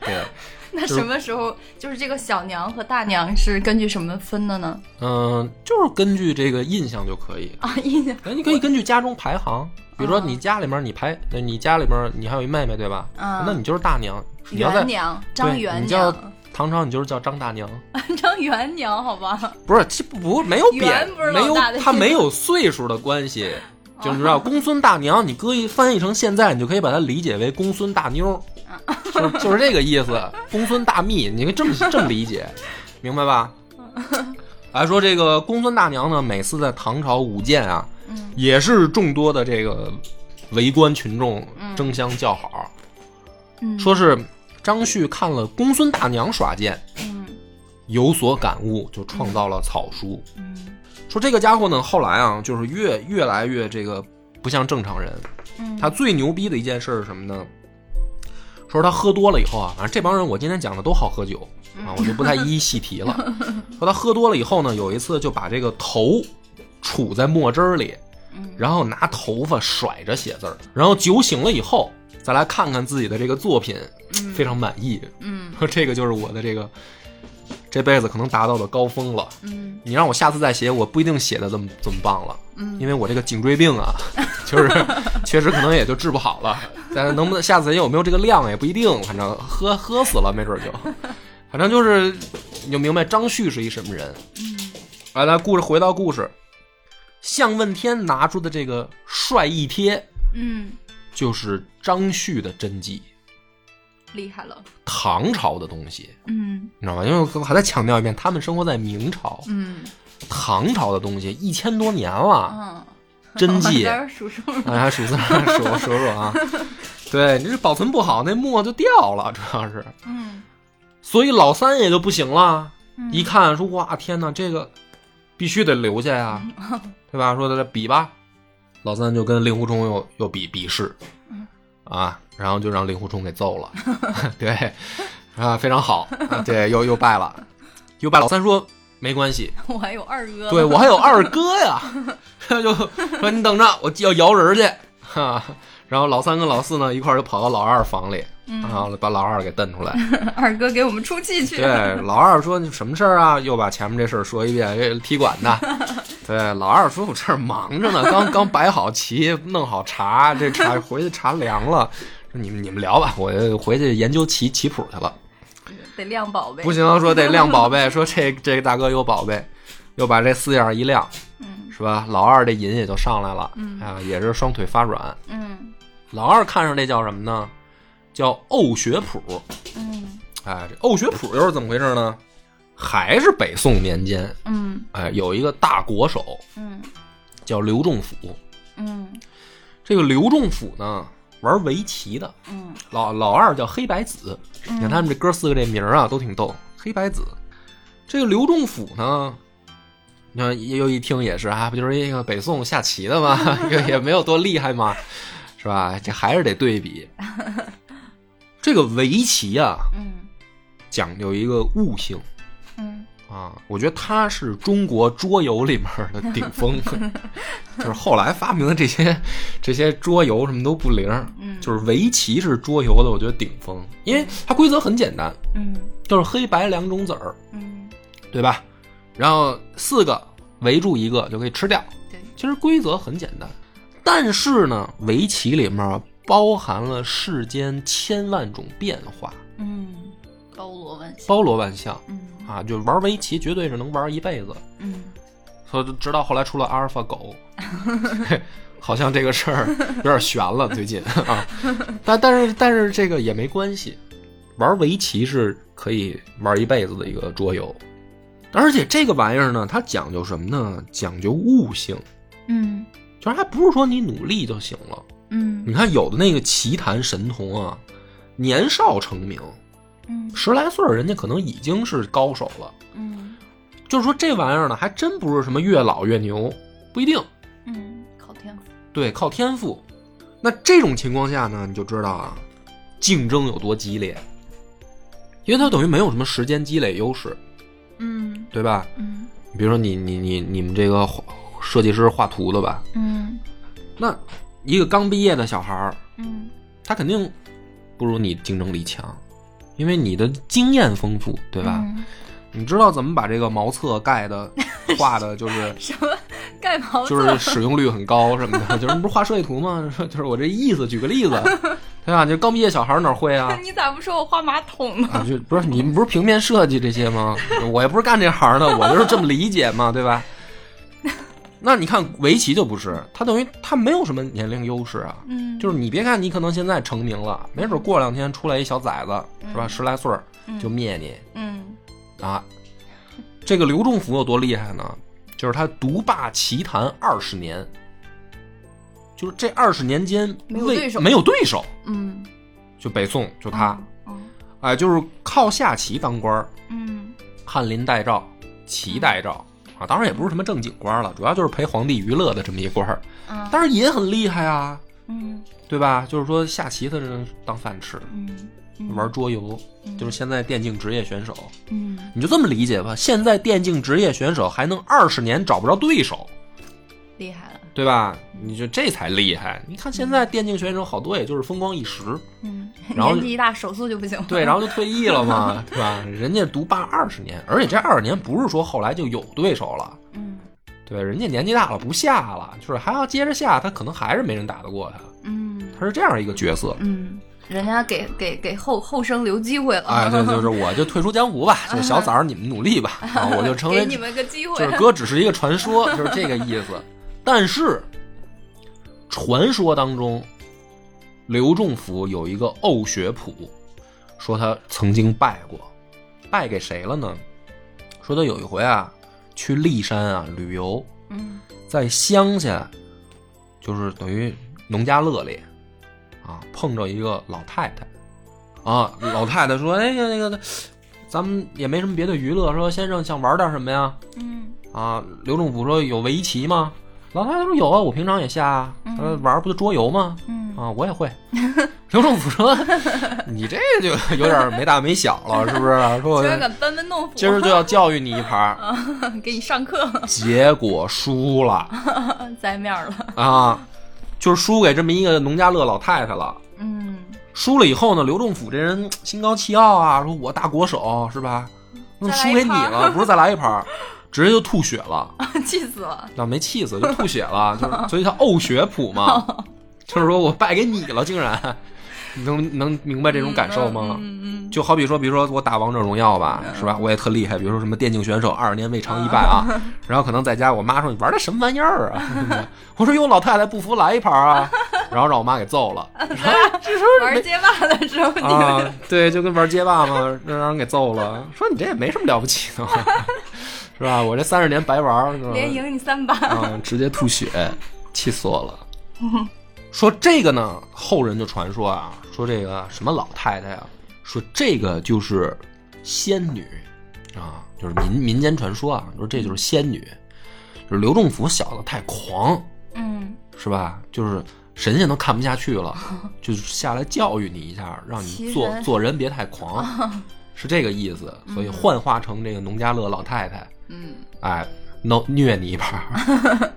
S1: 对，
S2: 那
S1: 就是
S2: 什么时候就是这个小娘和大娘是根据什么分的呢？
S1: 嗯，就是根据这个印象就可以。
S2: 啊，印象，
S1: 哎，你可以根据家中排行，比如说你家里面你排，呃你家里面你还有一妹妹对吧？
S2: 嗯
S1: 那你就是大娘。你要在
S2: 元娘，张元
S1: 你叫
S2: 娘，
S1: 唐朝，你就是叫张大娘。
S2: 张元娘，好吧？
S1: 不是，这不不没有贬
S2: 元不是，老
S1: 没有
S2: 大的意思哦
S1: 它没有岁数的关 系，就是知道公孙大娘，你搁一翻译成现在，你就可以把它理解为公孙大 妞，就是就是这个意思，公孙大蜜，你可以这么这么理解，明白 吧？来说这个公孙大娘呢，每次在唐朝舞剑啊，
S2: 嗯
S1: 也是众多的这个围观群众争相叫好，
S2: 嗯，
S1: 说是张旭看了公孙大娘耍剑，
S2: 嗯
S1: 有所感悟，就创造了草书。
S2: 嗯
S1: 说这个家伙呢，后来啊，就是越越来越这个不像正常人。
S2: 嗯，
S1: 他最牛逼的一件事是什么呢？说他喝多了以后啊，反正这帮人我今天讲的都好喝酒啊，我就不太一一细提了。
S2: 嗯
S1: 说他喝多了以后呢，有一次就把这个头杵在墨汁儿里，
S2: 嗯
S1: 然后拿头发甩着写字儿。然后酒醒了以后，再来看看自己的这个作品，非常满意。
S2: 嗯
S1: 说这个就是我的这个这辈子可能达到的高峰了。
S2: 嗯
S1: 你让我下次再写，我不一定写的这么这么棒了，因为我这个颈椎病啊，就是确实可能也就治不好了。但是能不能下次有没有这个量也不一定，反正喝喝死了没准就，反正就是你就明白张旭是一什么人。来来，故事回到故事，向问天拿出的这个帅意贴
S2: 嗯，
S1: 就是张旭的真迹，
S2: 厉害了，
S1: 唐朝的东西，
S2: 嗯
S1: 你知道吗？因为我还再强调一遍，他们生活在明朝，
S2: 嗯
S1: 唐朝的东西一千多年了。
S2: 嗯，
S1: 真 迹，
S2: 在这数数，
S1: 哎，还数字 儿数数数啊。对，你这保存不好，那墨就掉了，主要是。
S2: 嗯
S1: 所以老三也就不行了，
S2: 嗯
S1: 一看说哇天哪，这个必须得留下呀，对吧？说的比吧，老三就跟令狐冲又又比比试，啊，然后就让令狐冲给揍了， 对，啊，非常好，啊、对，又又败了，又败。老三说没关系，
S2: 我还有二哥，
S1: 对我还有二哥呀，他就 说你等着，我要摇人儿去。哈，然后老三跟老四呢一块儿就跑到老二房里，然后把老二给蹬出来。
S2: 二哥给我们出气去，
S1: 对，老二说你什么事儿啊？又把前面这事儿说一遍，这踢馆的。对，老二说我这儿忙着呢，刚刚摆好棋，弄好茶，这茶回去茶凉了。说你们你们聊吧，我回去研究棋棋谱去了。
S2: 得亮宝贝，
S1: 不行，说 得亮宝贝，说这这大哥有宝贝，又把这四样一亮，
S2: 嗯
S1: 是吧？老二这瘾也就上来了，
S2: 嗯
S1: 啊，也是双腿发软。
S2: 嗯
S1: 老二看上这叫什么呢？叫呕血谱。
S2: 嗯
S1: 哎，这呕血谱又是怎么回事呢？还是北宋年间，
S2: 嗯
S1: 哎，有一个大国手
S2: 嗯
S1: 叫刘仲甫。
S2: 嗯
S1: 这个刘仲甫呢，玩围棋的，
S2: 嗯
S1: 老老二叫黑白子，你看他们这哥四个这名儿啊，都挺逗。黑白子，这个刘仲甫呢，你看又一听也是啊，不就是一个北宋下棋的吗？ 也也没有多厉害嘛，是吧？这还是得对比。这个围棋啊，
S2: 嗯
S1: 讲究一个悟性
S2: 嗯
S1: 啊，我觉得它是中国桌游里面的顶峰，就是后来发明的这些这些桌游什么都不灵儿，
S2: 嗯，
S1: 就是围棋是桌游的，我觉得顶峰，因为它规则很简单，
S2: 嗯
S1: 就是黑白两种子儿，
S2: 嗯
S1: 对吧？然后四个围住一个就可以吃掉，
S2: 对，
S1: 其实规则很简单。但是呢，围棋里面包含了世间千万种变化，
S2: 嗯包罗万象，
S1: 包罗万象
S2: 嗯
S1: 啊！就玩围棋绝对是能玩一辈子。
S2: 嗯
S1: 所以直到后来出了阿尔法狗， 好像这个事儿有点悬了最近啊。 但但是但是这个也没关系，玩围棋是可以玩一辈子的一个桌游，而且这个玩意儿呢，它讲究什么呢？讲究悟性，
S2: 嗯
S1: 就是还不是说你努力就行了。
S2: 嗯
S1: 你看有的那个棋坛神童啊，年少成名，
S2: 嗯
S1: 十来岁儿人家可能已经是高手了。
S2: 嗯
S1: 就是说这玩意儿呢，还真不是什么越老越牛，不一定。
S2: 嗯，靠天赋。
S1: 对，靠天赋。那这种情况下呢，你就知道啊，竞争有多激烈，因为它等于没有什么时间积累优势，
S2: 嗯
S1: 对吧？
S2: 嗯
S1: 比如说你你你你们这个画设计师画图的吧，
S2: 嗯
S1: 那一个刚毕业的小孩儿，
S2: 嗯
S1: 他肯定不如你竞争力强，因为你的经验丰富，对吧？
S2: 嗯
S1: 你知道怎么把这个茅厕盖的画的，就是
S2: 什么 盖毛子？？
S1: 就是使用率很高什么的，就是你不是画设计图吗？ 说就是我这意思，举个例子，对吧？就刚毕业小孩儿哪会啊
S2: 你咋不说我画马桶呢？
S1: 啊，就不是你们不是平面设计这些吗？我也不是干这行的，我就是这么理解 嘛，对吧？那你看围棋就不是，它等于它没有什么年龄优势啊。
S2: 嗯，
S1: 就是你别看你可能现在成名了，没准过两天出来一小崽子是吧，
S2: 嗯
S1: 十来岁儿就灭你
S2: 嗯
S1: 啊！这个刘仲甫有多厉害呢？就是他独霸棋坛二十年，就是这二十年间
S2: 没有
S1: 为
S2: 对手
S1: 没有对手，
S2: 嗯，
S1: 就北宋就他，
S2: 嗯
S1: 哎，就是靠下棋当官儿，
S2: 嗯
S1: 翰林待诏，棋待诏啊，当然也不是什么正经官儿了，主要就是陪皇帝娱乐的这么一官儿，
S2: 嗯
S1: 但是也很厉害啊，
S2: 嗯
S1: 对吧？就是说下棋他是当饭吃，
S2: 嗯嗯
S1: 玩桌游，就是现在电竞职业选手，
S2: 嗯
S1: 你就这么理解吧。现在电竞职业选手还能二十年找不着对手，
S2: 厉害了，
S1: 对吧？你就这才厉害。你看现在电竞选手好多也就是风光一时，
S2: 嗯，
S1: 然后
S2: 年纪一大手速就不行了。
S1: 对，然后就退役了嘛，对吧？人家独霸二十年，而且这二十年不是说后来就有对手了，
S2: 嗯
S1: 对，人家年纪大了不下了，就是还要接着下，他可能还是没人打得过他，
S2: 嗯
S1: 他是这样一个角色。
S2: 嗯，人家给给给后后生留机会了，
S1: 哎，对，就是我就退出江湖吧，就是小崽儿你们努力吧， 啊，我就成为
S2: 给你们个机会。
S1: 就是哥只是一个传说，就是这个意思。但是，传说当中，刘仲甫有一个呕血谱，说他曾经拜过，拜给谁了呢？说他有一回啊，去骊山啊旅游，
S2: 嗯
S1: 在乡下，就是等于农家乐里啊，碰着一个老太太啊，老太太说：“哎呀，那个，咱们也没什么别的娱乐，说先生想玩点什么呀？”
S2: 嗯
S1: 啊，刘仲甫说有围棋吗？老太太说有啊，我平常也下啊，
S2: 嗯
S1: 呃，玩儿不就桌游吗？
S2: 嗯
S1: 啊，我也会。 刘仲甫 说，你这就有点没大没小了，是不 是？说
S2: 居然
S1: 我
S2: 敢班门弄斧，
S1: 今儿就要教育你一盘儿，
S2: 嗯给你上课，
S1: 结果输了
S2: 栽面儿了。
S1: 啊，就是输给这么一个农家乐老太太了。
S2: 嗯
S1: 输了以后呢，刘仲甫这人心高气傲啊，说我大国手是吧？那
S2: 再来
S1: 输
S2: 一
S1: 给你
S2: 盘儿
S1: 了，不是再来一盘儿，直接就吐血了。
S2: 气死了。
S1: 那没气死，就吐血了，就是所以他呕血谱 嘛，就是说我败给你了，竟然，你能能明白这种感受吗？
S2: 嗯嗯嗯
S1: 就好比说，比如说我打王者荣耀吧，是吧？我也特厉害，比如说什么电竞选手，二十年未尝一败啊。
S2: 嗯
S1: 然后可能在家，我妈说你玩的什么玩意儿啊？ 我说哟，老太太不服来一盘啊，然后让我妈给揍 了。
S2: 嗯，玩街霸的时候你
S1: 啊
S2: 们，
S1: 对，就跟玩街霸嘛，让让人给揍了。说你这也没什么了不起的嘛， 是吧？我这三十年白玩儿，是吧？
S2: 连赢你三把。
S1: 啊，直接吐血，气死我了。说这个呢，后人就传说啊，说这个什么老太太啊，说这个就是仙女啊，就是民民间传说啊，说这就是仙女，就是刘仲甫小子太狂
S2: 嗯，
S1: 是吧？就是神仙都看不下去了，就是下来教育你一下，让你
S2: 其
S1: 做
S2: 人
S1: 做人别太狂，是这个意思。所以幻化成这个农家乐老太太，
S2: 嗯，
S1: 哎，弄虐你一把儿。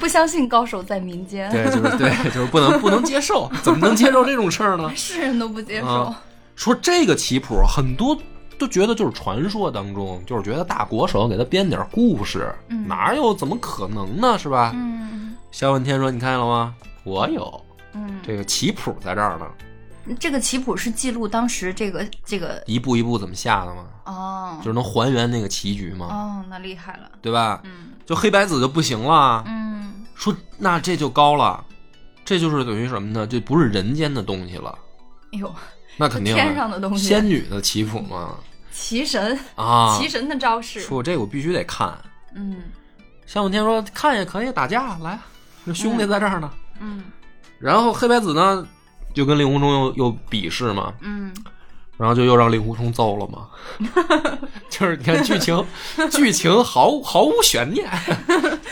S2: 不相信高手在民 间，
S1: 对，就是对，就是不能不能接受，怎么能接受这种事儿呢？
S2: 世人都不接受
S1: 啊。，说这个棋谱很多都觉得就是传说当中，就是觉得大国手给他编点故事，
S2: 嗯
S1: 哪有怎么可能呢？是吧？
S2: 嗯
S1: 萧问天说：“你看见了吗？我有
S2: 嗯，
S1: 这个棋谱在这儿呢，
S2: 这个棋谱是记录当时这个这个
S1: 一步一步怎么下的嘛，
S2: 哦
S1: 就是能还原那个棋局嘛，
S2: 哦，那厉害了。
S1: 对吧？
S2: 嗯
S1: 就黑白子就不行了。
S2: 嗯
S1: 说那这就高了，这就是等于什么呢？这不是人间的东西了，
S2: 哎呦，
S1: 那肯定啊
S2: 天
S1: 了
S2: 上的东西
S1: 仙女的棋谱嘛。”
S2: 棋神，
S1: 啊，
S2: 棋神的招式。
S1: 说这我必须得看。
S2: 嗯
S1: 夏梦天说看也可以，打架来啊，这兄弟在这儿呢。
S2: 嗯
S1: 然后黑白子呢，就跟令狐冲又又比试嘛，
S2: 嗯
S1: 然后就又让令狐冲揍了嘛，就是你看剧情，剧情毫无毫无悬念，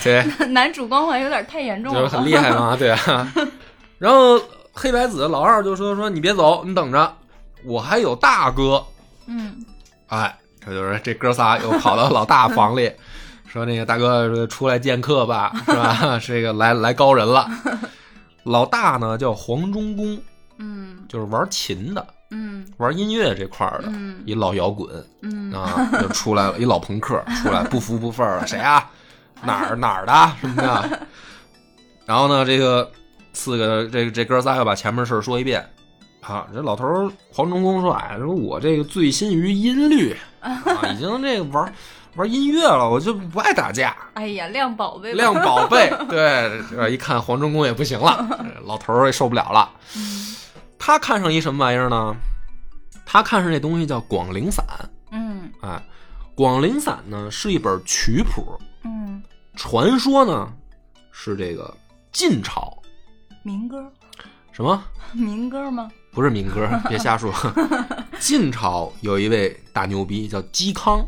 S1: 对，
S2: 男主光环有点太严重
S1: 就是
S2: 了，
S1: 很厉害嘛，对啊。然后黑白子老二就说说你别走，你等着，我还有大哥。
S2: 嗯，
S1: 哎，这就是这哥仨又跑到老大房里，说那个大哥出来见客吧，是吧？这个来来高人了。老大呢叫黄忠公，
S2: 嗯
S1: 就是玩琴的，
S2: 嗯
S1: 玩音乐这块儿的，
S2: 嗯
S1: 一老摇滚
S2: 嗯
S1: 啊，就出来了，一老朋克出来，不服不忿儿了，谁 啊？哪儿哪儿的什么的。然后呢，这个四个这这哥仨又把前面事儿说一遍。啊，这老头儿黄忠公说：“哎，说我这个醉心于音律，啊，已经这个玩玩音乐了，我就不爱打架。
S2: 哎呀，亮宝贝吧，
S1: 亮宝贝，对，这一看黄忠公也不行了，老头儿也受不了了。他看上一什么玩意儿呢？他看上这东西叫广陵散，
S2: 嗯
S1: 哎，广陵散呢是一本曲谱，
S2: 嗯，
S1: 传说呢是这个晋朝
S2: 民歌，
S1: 什么？
S2: 民歌吗？
S1: 不是民 歌，别瞎说。晋朝有一位大牛逼叫嵇康，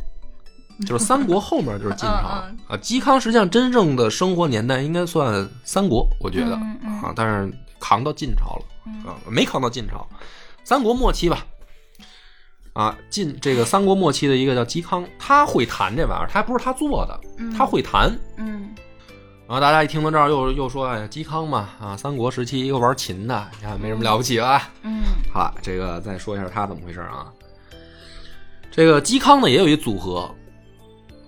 S1: 就是三国后面就是晋朝
S2: 嗯
S1: 啊。嵇康实际上真正的生活年代应该算三国，我觉得
S2: 嗯嗯
S1: 啊，但是扛到晋朝了啊，没扛到晋朝，三国末期吧。啊，晋这个三国末期的一个叫嵇康，他会弹这玩意儿，他不是他做的，他会弹。
S2: 嗯
S1: 然后大家一听到这儿又又说，哎呀，嵇康嘛，啊，三国时期一个玩琴的，你看没什么了不起啊吧？
S2: 嗯
S1: 好了，这个再说一下他怎么回事啊？这个嵇康呢也有一组合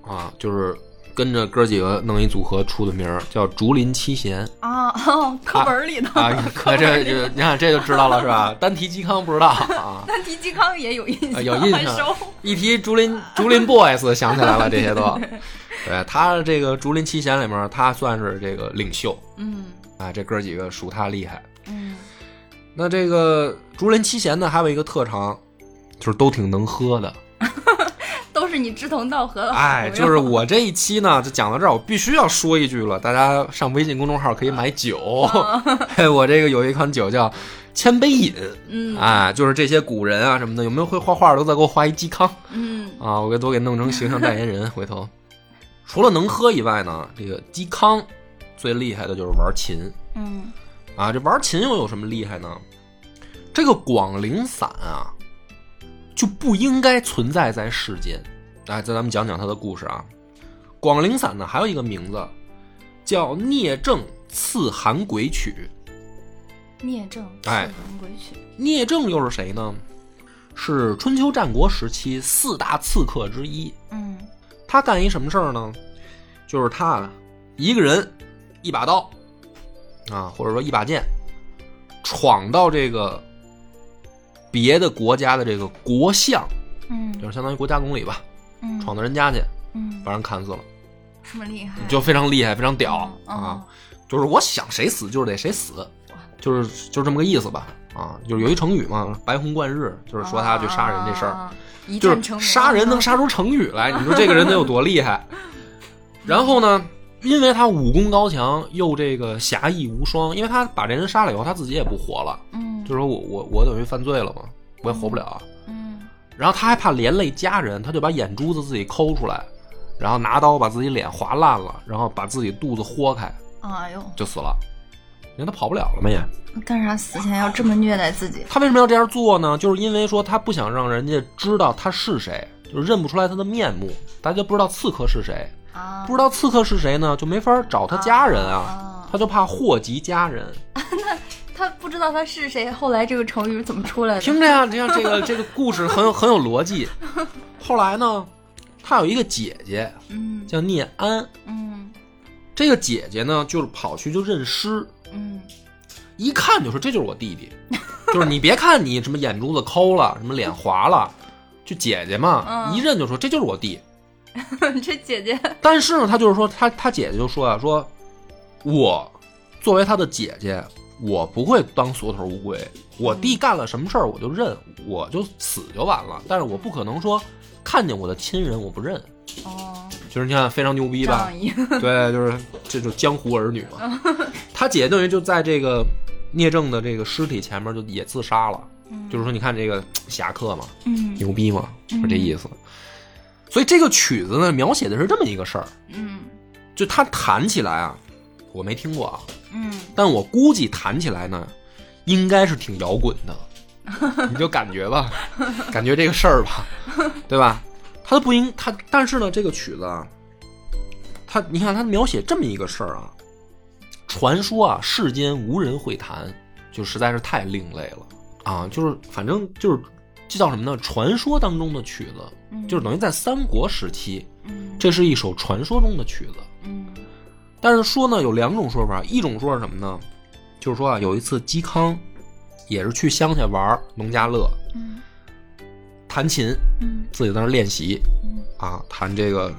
S1: 啊，就是跟着哥几个弄一组合出的名儿叫竹林七贤
S2: 啊，哦，课本里的
S1: 啊，可这就你看这就知道了是吧？单提嵇康不知道啊，
S2: 但提嵇康也有印
S1: 啊
S2: 象，
S1: 有印
S2: 还
S1: 象
S2: 熟，
S1: 一提竹林竹林 boys 想起来了，这些都，对他这个竹林七贤里面，他算是这个领袖
S2: 嗯
S1: 啊，这哥几个属他厉害。
S2: 嗯
S1: 那这个竹林七贤呢，还有一个特长，就是都挺能喝的。
S2: 都是你志同道合的朋友，
S1: 哎，就是我这一期呢，就讲到这儿，我必须要说一句了。大家上微信公众号可以买酒， 嘿我这个有一款酒叫千杯饮，
S2: 嗯
S1: 哎，就是这些古人啊什么的，有没有会画画的都再给我画一嵇康
S2: 嗯
S1: 啊，我给都给弄成形象代言人。回头 除了能喝以外呢，这个嵇康最厉害的就是玩琴
S2: 嗯
S1: 啊，这玩琴又有什么厉害呢？这个广陵散啊，就不应该存在在世间。来，再咱们讲讲他的故事啊。广陵散呢，还有一个名字叫《聂政刺韩鬼曲
S2: 聂政刺
S1: 哎
S2: 韩鬼曲，》。
S1: 聂政又是谁呢？是春秋战国时期四大刺客之一。
S2: 嗯
S1: 他干一什么事儿呢？就是他啊，一个人一把刀啊，或者说一把剑，闯到这个别的国家的这个国相，
S2: 嗯
S1: 就是相当于国家公里吧，
S2: 嗯，
S1: 闯到人家去，
S2: 嗯
S1: 把人砍死了，
S2: 这么厉害，
S1: 就非常厉害，非常屌
S2: 嗯
S1: 啊！，就是我想谁死就是得谁死，就是就这么个意思吧。啊，就是有一成语嘛，“白虹贯日”，就是说他去杀人这事儿。
S2: 啊，一
S1: 就是
S2: 战成
S1: 杀人能杀出成语来，你说这个人得有多厉 害？然后呢，因为他武功高强，又这个侠义无双，因为他把这人杀了以后，他自己也不活了，
S2: 嗯
S1: 就是说我我我等于犯罪了嘛，我也活不了。
S2: 嗯
S1: 然后他还怕连累家人，他就把眼珠子自己抠出来，然后拿刀把自己脸划烂了，然后把自己肚子豁开
S2: 哎呦，
S1: 就死了。你看他跑不了了嘛也。
S2: 干啥死前要这么虐待自己？
S1: 他为什么要这样做呢？就是因为说他不想让人家知道他是谁，就是认不出来他的面目，大家就不知道刺客是谁，
S2: 啊
S1: 不知道刺客是谁呢，就没法找他家人啊
S2: 啊，
S1: 他就怕祸及家人。
S2: 他不知道他是谁，后来这个成语怎么出来的？
S1: 听着呀，这样这个这个故事很有很有逻辑。后来呢，他有一个姐姐
S2: 嗯
S1: 叫聂安，
S2: 嗯
S1: 这个姐姐呢就是跑去就认尸，
S2: 嗯
S1: 一看就说这就是我弟弟，就是你别看你什么眼珠子抠了，什么脸划了，就姐姐嘛，
S2: 嗯
S1: 一认就说这就是我弟。
S2: 嗯， 这姐姐，
S1: 但是呢，他就是说，他他姐姐就说啊，说我作为他的姐姐，我不会当缩头乌龟。我弟干了什么事儿我就认，我就死就完了。但是我不可能说看见我的亲人我不认，
S2: 哦，
S1: 就是你看非常牛逼吧
S2: 仗？义，
S1: 对，就是这种江湖儿女嘛。他姐等于就在这个聂政的这个尸体前面就也自杀了，就是说你看这个侠客嘛，
S2: 嗯
S1: 牛逼嘛，是这意思。所以这个曲子呢，描写的是这么一个事儿，
S2: 嗯
S1: 就他弹起来啊，我没听过啊，
S2: 嗯
S1: 但我估计弹起来呢，应该是挺摇滚的，你就感觉吧，感觉这个事儿吧，对吧？他不应他，但是呢，这个曲子啊，他你看他描写这么一个事儿啊，传说啊，世间无人会弹，就实在是太另类了啊！就是反正就是这叫什么呢？传说当中的曲子，
S2: 嗯
S1: 就是等于在三国时期，
S2: 嗯
S1: 这是一首传说中的曲子。
S2: 嗯
S1: 但是说呢，有两种说法，一种说是什么呢？就是说啊，有一次嵇康也是去乡下玩儿农家乐，
S2: 嗯
S1: 弹琴，
S2: 嗯
S1: 自己在那儿练习
S2: 嗯
S1: 啊，弹这个，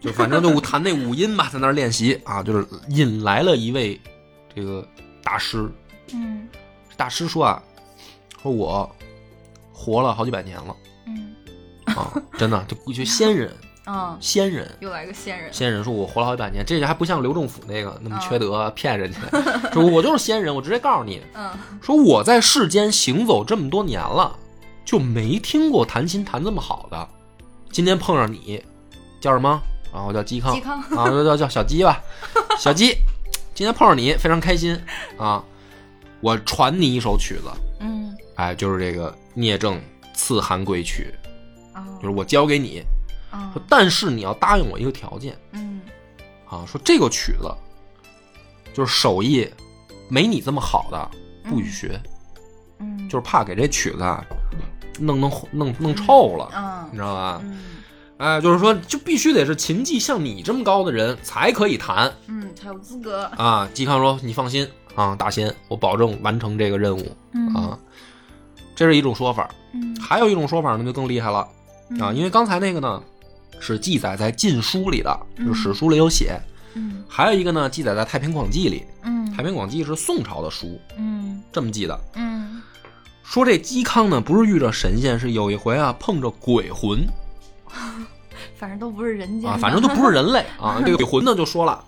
S1: 就反正就弹那五音吧，在那儿练习啊，就是引来了一位这个大师。
S2: 嗯
S1: 大师说啊，说我活了好几百年了
S2: 嗯
S1: 啊，真的就就仙人，
S2: 啊，
S1: 仙人。
S2: 又来个仙人，
S1: 仙人说：“我活了好几百年，这还不像刘仲甫那个那么缺德，啊骗人家。说我就是仙人，我直接告诉你，
S2: 嗯
S1: 说我在世间行走这么多年了，就没听过弹琴弹这么好的。今天碰上你，叫什么？啊，我叫嵇康
S2: 嵇康
S1: 啊，就叫叫小鸡吧，小鸡。今天碰上你，非常开心啊！我传你一首曲子，
S2: 嗯
S1: 哎，就是这个《聂政次韩归曲》，
S2: 啊
S1: 就是我交给你，
S2: 啊
S1: 说但是你要答应我一个条件
S2: 嗯
S1: 啊，说这个曲子就是手艺没你这么好的不许学。
S2: 嗯
S1: 就是怕给这曲子啊弄弄弄弄臭了，你
S2: 嗯
S1: 知道吧？
S2: 嗯
S1: 哎，就是说，就必须得是琴技像你这么高的人才可以弹
S2: 嗯才有资格
S1: 啊。嵇康说：“你放心啊，大仙，我保证完成这个任务
S2: 嗯
S1: 啊。”这是一种说法，
S2: 嗯
S1: 还有一种说法呢，就更厉害了啊，
S2: 嗯
S1: 因为刚才那个呢是记载在《晋书》里的，就是史
S2: 嗯
S1: 书里有写；
S2: 嗯
S1: 还有一个呢记载在《太平广记》里，《
S2: 嗯
S1: 太平广记》是宋朝的书，
S2: 嗯
S1: 这么记的。
S2: 嗯
S1: 说这嵇康呢，不是遇着神仙，是有一回啊碰着鬼魂
S2: 反正都不是人
S1: 啊，
S2: 间，
S1: 反正就不是人类啊。这个鬼魂呢就说了，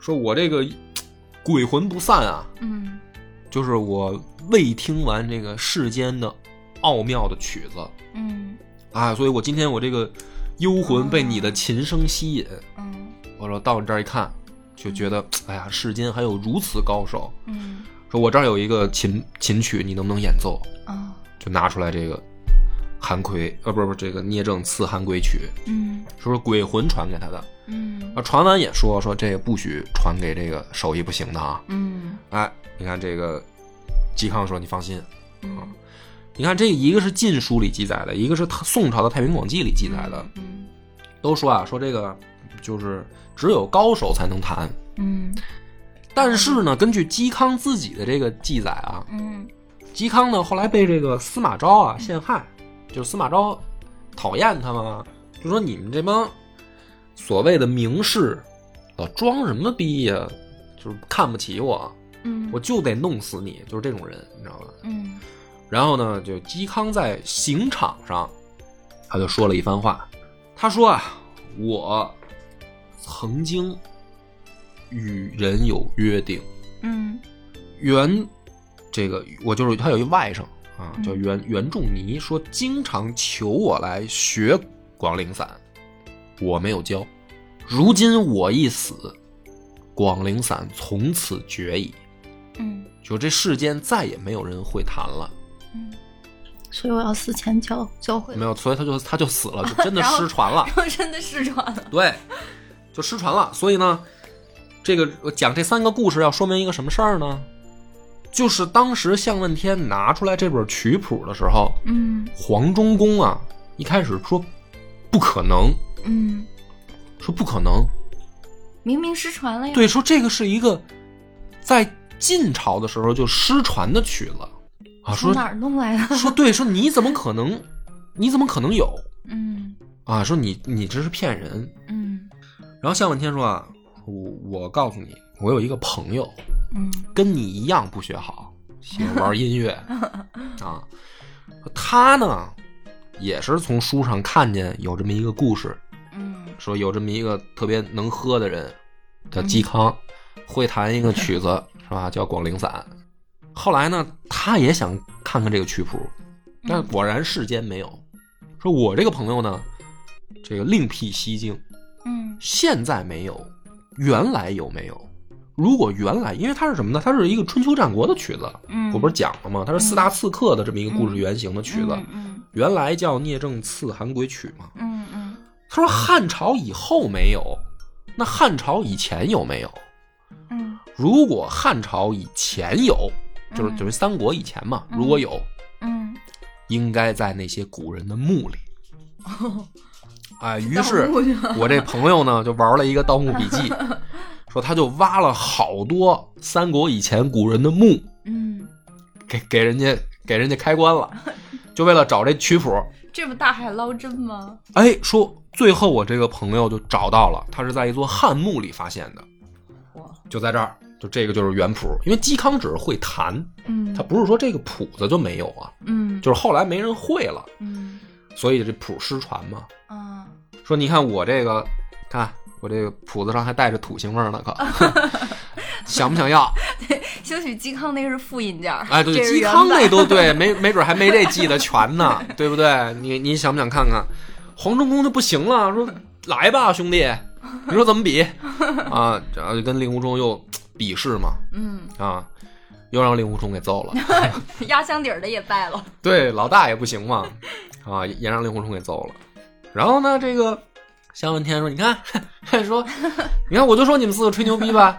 S1: 说我这个鬼魂不散啊，
S2: 嗯
S1: 就是我未听完这个世间的奥妙的曲子
S2: 嗯
S1: 啊，所以我今天我这个幽魂被你的琴声吸引，
S2: 嗯
S1: 我说到你这儿一看，就觉得哎呀，世间还有如此高手。
S2: 嗯
S1: 说我这儿有一个琴琴曲，你能不能演奏？
S2: 啊
S1: 就拿出来这个韩奎，呃，不是不是这个聂政刺韩圭曲，
S2: 嗯
S1: 说是鬼魂传给他的。
S2: 嗯
S1: 啊，传完也说说这个不许传给这个手艺不行的啊。
S2: 嗯
S1: 哎，你看这个嵇康说你放心，
S2: 嗯
S1: 你看这一个是《晋书》里记载的，一个是宋朝的《太平广记》里记载的，
S2: 嗯
S1: 都说啊说这个就是只有高手才能弹。
S2: 嗯
S1: 但是呢，根据嵇康自己的这个记载啊，
S2: 嗯
S1: 嵇康呢后来被这个司马昭啊陷害，就是司马昭讨厌他们啊，就说你们这帮所谓的名士，老装什么逼呀、就是看不起我，
S2: 嗯
S1: 我就得弄死你，就是这种人，你知道吧？
S2: 嗯
S1: 然后呢，就嵇康在刑场上，他就说了一番话，他说啊，我曾经与人有约定，
S2: 嗯
S1: 袁这个我就是他有一外甥啊，
S2: 嗯
S1: 叫袁袁仲尼，说经常求我来学广陵散，我没有教。如今我一死，广陵散从此绝矣，
S2: 嗯
S1: 就这世间再也没有人会弹了，
S2: 嗯，所以我要死前教教会
S1: 没，有，所以他就他就死了，就真的
S2: 然后
S1: 失传了，
S2: 我真的失传了。
S1: 对，就失传了。所以呢，这个我讲这三个故事要说明一个什么事儿呢？就是当时向问天拿出来这本曲谱的时候，
S2: 嗯
S1: 黄忠公啊，一开始说不可能，
S2: 嗯，
S1: 说不可能，
S2: 明明失传了呀。
S1: 对，说这个是一个在晋朝的时候就失传的曲子啊，
S2: 从
S1: 说
S2: 哪儿弄来的？
S1: 说对，说你怎么可能，你怎么可能有
S2: 嗯
S1: 啊？说你你这是骗人。
S2: 嗯
S1: 然后向问天说啊，我我告诉你，我有一个朋友
S2: 嗯
S1: 跟你一样不学好，喜欢玩音乐啊，他呢也是从书上看见有这么一个故事，
S2: 嗯
S1: 说有这么一个特别能喝的人，叫嵇康，会弹一个曲子是吧？叫《广陵散》。后来呢，他也想看看这个曲谱，但
S2: 嗯
S1: 果然世间没有。说我这个朋友呢，这个另辟蹊径，
S2: 嗯
S1: 现在没有，原来有没有？如果原来，因为它是什么呢？它是一个春秋战国的曲子，
S2: 嗯，
S1: 我不是讲了吗？它是四大刺客的这么一个故事原型的曲子，
S2: 嗯
S1: 原来叫《聂政刺韩鬼曲》嘛。
S2: 嗯嗯
S1: 他说汉朝以后没有，那汉朝以前有没有？
S2: 嗯
S1: 如果汉朝以前有，就是
S2: 嗯
S1: 就是三国以前嘛，
S2: 嗯
S1: 如果有，
S2: 嗯，
S1: 应该在那些古人的 墓里。哎，于
S2: 盗
S1: 是
S2: 墓去了
S1: 我这朋友呢就玩了一个《盗墓笔记》，说他就挖了好多三国以前古人的墓，
S2: 嗯，
S1: 给给人家给人家开棺了，就为了找这曲谱。
S2: 这不大海捞针吗？
S1: 哎，说最后我这个朋友就找到了，他是在一座汉墓里发现的，
S2: 我
S1: 就在这儿，就这个就是原谱，因为嵇康只是会弹，
S2: 嗯
S1: 他不是说这个谱子就没有啊，
S2: 嗯
S1: 就是后来没人会了，
S2: 嗯
S1: 所以这谱失传嘛。
S2: 啊
S1: 说你看我这个，看我这个谱子上还带着土腥味儿呢，可 想不想要？
S2: 兴许嵇康那个是复印件儿，
S1: 哎，对，
S2: 这是
S1: 嵇
S2: 原
S1: 康那
S2: 版
S1: 都对，没没准还没这记得全呢，对不对？你你想不想看看？黄忠公就不行了，说来吧，兄弟，你说怎么比啊？然后就跟令狐冲又比试嘛，
S2: 嗯，
S1: 啊，又让令狐冲给揍了。
S2: 压箱底儿的也败了，
S1: 对，老大也不行嘛，啊，也也让令狐冲给揍了。然后呢，这个襄文天说：“你看，说，你看，我就说你们四个吹牛逼吧，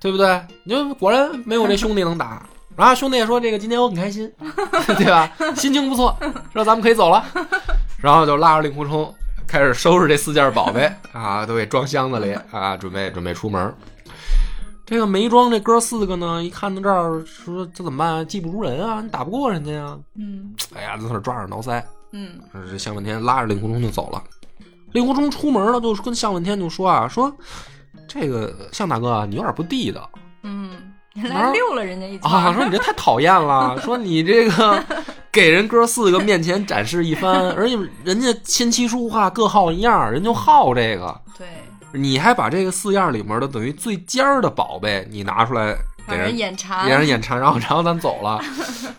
S1: 对不对？你就果然没有这兄弟能打。”然后兄弟也说：“这个今天我很开心， 对吧？心情不错，说咱们可以走了。”然后就拉着令狐冲开始收拾这四件宝贝啊，都给装箱子里啊，准备准备出门。这个梅庄这哥四个呢，一看到这儿，说这怎么办啊？技不如人啊，你打不过人家呀、
S2: 嗯
S1: 哎呀，在那儿抓耳挠腮。
S2: 嗯
S1: 这向问天拉着令狐冲就走了。令狐冲出门了，就跟向问天就说啊，说这个向大哥啊，你有点不地道
S2: 嗯，
S1: 玩
S2: 来
S1: 儿
S2: 溜了人家一圈
S1: 啊，
S2: 儿，
S1: 说你这太讨厌了，说你这个给人哥四个面前展示一番，而且人家琴棋书画各好一样，人就好这个，
S2: 对，
S1: 你还把这个四样里面的等于最尖儿的宝贝你拿出来给
S2: 让
S1: 人
S2: 人眼馋，
S1: 别人眼馋，然后然后咱走了。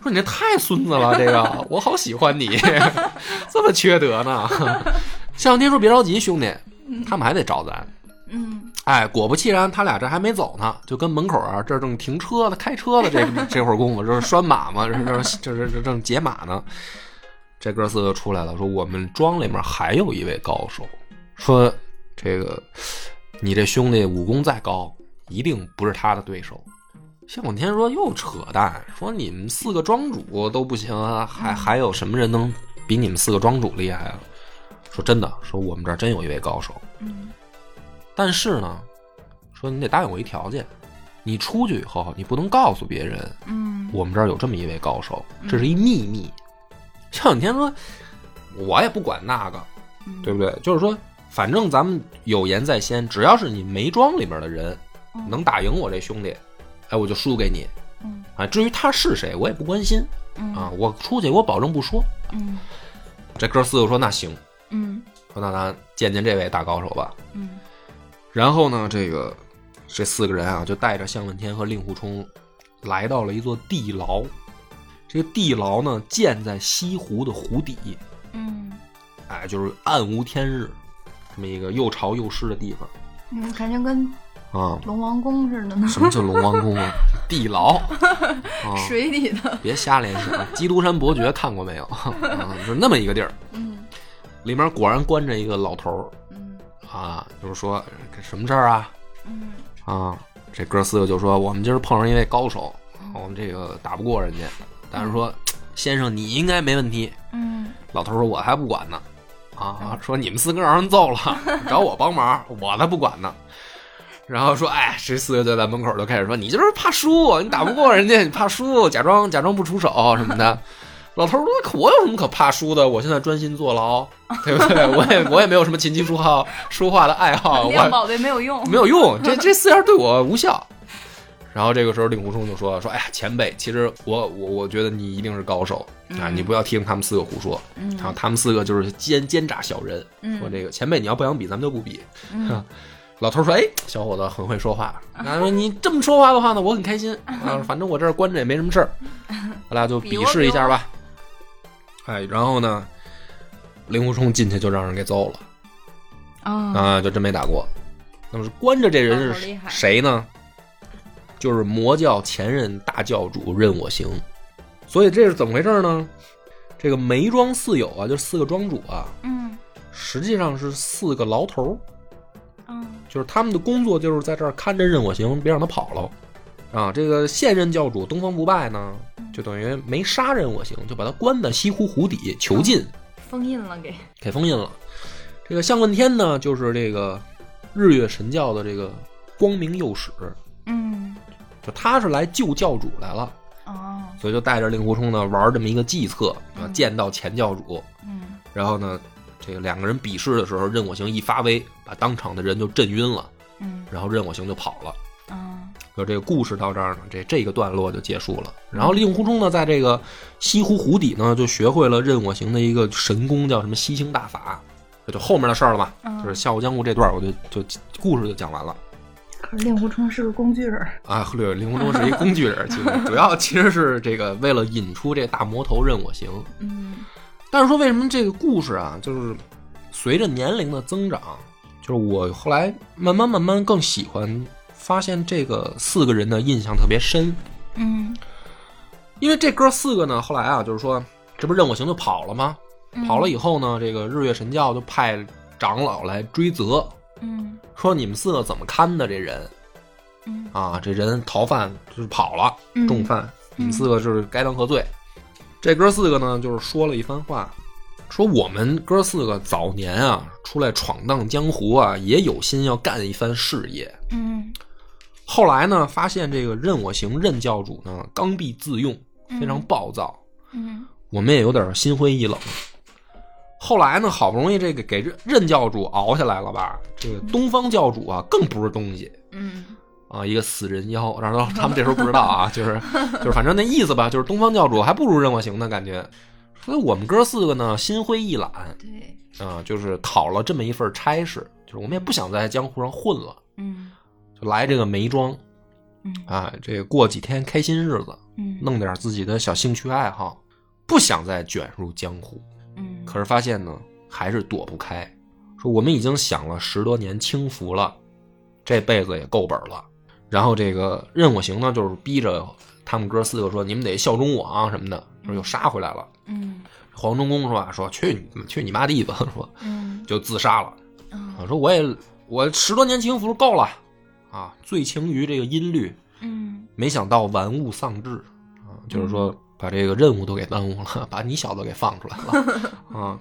S1: 说你这太孙子了，这个我好喜欢你，这么缺德呢。 向天说别着急，兄弟，他们还得找咱。
S2: 嗯
S1: 哎，果不其然，他俩这还没走呢，就跟门口啊这儿正停车呢，开车的这这会儿功夫，这是拴马嘛，这是这是这正解码呢。这哥四个出来了，说我们庄里面还有一位高手，说这个你这兄弟武功再高，一定不是他的对手。向往天说又扯淡，说你们四个庄主都不行啊，还还有什么人能比你们四个庄主厉害啊？说真的，说我们这儿真有一位高手，
S2: 嗯
S1: 但是呢，说你得答应我一条件，你出去以后你不能告诉别人，
S2: 嗯
S1: 我们这儿有这么一位高手，这是一秘密。向永天说，我也不管那个，
S2: 嗯
S1: 对不对？就是说，反正咱们有言在先，只要是你梅庄里面的人
S2: 嗯
S1: 能打赢我这兄弟，哎，我就输给你。
S2: 嗯
S1: 啊，至于他是谁，我也不关心
S2: 嗯
S1: 啊，我出去我保证不说。
S2: 嗯
S1: 这哥四个说那行，
S2: 嗯
S1: 说那咱见见这位大高手吧。
S2: 嗯
S1: 然后呢，这个这四个人啊，就带着向问天和令狐冲，来到了一座地牢。这个地牢呢，建在西湖的湖底，
S2: 嗯
S1: 哎，就是暗无天日，这么一个又潮又湿的地
S2: 嗯，感觉跟
S1: 方啊。
S2: 龙王宫似的呢，
S1: 什么叫龙王宫啊？地牢 啊！
S2: 水底的，
S1: 别瞎联想，基督山伯爵看过没有？ 啊，就是那么一个地儿，
S2: 嗯
S1: 里面果然关着一个老头儿
S2: 嗯
S1: 啊，就是说什么事儿啊？
S2: 嗯
S1: 啊，这哥四个就说：“我们今儿碰上一位高手，我们这个打不过人家，但是说先生你应该没问题。
S2: 嗯”
S1: 老头说：“我还不管呢，啊，说你们四个让人揍了，找我帮忙，我才不管呢。”然后说：“哎，这四个就在门口就开始说，你就是怕输，啊你打不过人家，你怕输，假装假装不出手啊什么的。”老头说：“可我有什么可怕输的？我现在专心坐牢，对不对？我也我也没有什么琴棋书画书画的爱好，啊我
S2: 亮宝贝没有用，
S1: 没有用， 这这四样对我无效。然后这个时候，令狐冲就说：“说哎呀，前辈，其实我我我觉得你一定是高手啊，你不要听他们四个胡说。
S2: 嗯
S1: 然后他们四个就是奸奸诈小人，
S2: 嗯
S1: 说这个啊前辈你要不想比，咱们就不比。
S2: 嗯
S1: 老头说：哎，小伙子啊很会说话。他说你这么说话的话呢，我很开心啊，反正我这儿关着也没什么事儿。大家就
S2: 嗯 比
S1: 比
S2: 划
S1: 试
S2: 比
S1: 一下
S2: 划
S1: 吧。哎，然后呢，令狐冲进去就让人给揍了。
S2: 啊，
S1: 啊，就真没打过。那么是关着这人
S2: 哦好厉
S1: 是
S2: 害
S1: 谁呢？就是魔教前任大教主任我行。所以这是怎么回事呢？这个梅庄四友啊，就四个庄主啊，
S2: 嗯
S1: 实际上是四个牢头儿，
S2: 嗯
S1: 就是他们的工作就是在这儿看着任我行，别让他跑了。啊，这个现任教主东方不败呢，就等于没杀任我行，就把他关在西湖湖底囚禁。
S2: 封印了给，
S1: 给封印了。这个向问天呢，就是这个日月神教的这个光明右使，
S2: 嗯
S1: 就他是来救教主来了，
S2: 哦
S1: 所以就带着令狐冲呢玩这么一个计策啊，
S2: 嗯
S1: 见到前教主，
S2: 嗯
S1: 然后呢，这个两个人比试的时候，任我行一发威，把当场的人就震晕了，
S2: 嗯
S1: 然后任我行就跑了。
S2: 嗯
S1: 就这个故事到这儿呢，这这个段落就结束了。然后令狐冲呢，在这个西湖湖底呢，就学会了任我行的一个神功，叫什么吸星大法，这就后面的事儿了嘛。
S2: 嗯，
S1: 就是《笑傲江湖》这段，我就就故事就讲完了
S2: 可是令狐冲是个工具人，
S1: 啊。对，令狐冲是一工具人，其实主要其实是这个为了引出这大魔头任我行。
S2: 嗯
S1: 但是说为什么这个故事啊，就是随着年龄的增长，就是我后来慢慢慢慢更喜欢，发现这个四个人的印象特别深，
S2: 嗯
S1: 因为这哥四个呢，后来啊，就是说这不是任我行就跑了吗？
S2: 嗯
S1: 跑了以后呢，这个日月神教就派长老来追责，
S2: 嗯
S1: 说你们四个怎么看的这人。
S2: 嗯
S1: 啊，这人逃犯就是跑了，
S2: 嗯
S1: 重犯，你们
S2: 嗯
S1: 四个就是该当何罪。这哥四个呢，就是说了一番话，说我们哥四个早年啊，出来闯荡江湖啊，也有心要干一番事业。
S2: 嗯
S1: 后来呢，发现这个任我行任教主呢，刚愎自用，非常暴躁，
S2: 嗯
S1: 我们也有点心灰意冷。后来呢，好不容易这个给任任教主熬下来了吧，这个东方教主啊，更不是东西。
S2: 嗯
S1: 啊，一个死人妖，然后他们这时候不知道啊，就是就是反正那意思吧，就是东方教主还不如任我行呢，感觉。所以我们哥四个呢，心灰意懒
S2: 对
S1: 啊，就是讨了这么一份差事，就是我们也不想在江湖上混了，
S2: 嗯
S1: 就来这个梅庄
S2: 嗯
S1: 啊，这个过几天开心日子，
S2: 嗯
S1: 弄点自己的小兴趣爱好，不想再卷入江湖。
S2: 嗯
S1: 可是发现呢，还是躲不开。说我们已经享了十多年清福了，这辈子也够本了。然后这个任我行呢，就是逼着他们哥四个说：“你们得效忠我啊什么的。”说又杀回来了。
S2: 嗯
S1: 黄忠公说啊：“说去你去你妈地吧！” 说
S2: 嗯
S1: 就自杀了。
S2: 嗯
S1: 啊，说我也我十多年清福够了啊，醉情于这个音律，
S2: 嗯
S1: 没想到玩物丧志啊，就是说把这个任务都给耽误了，把你小子给放出来了啊。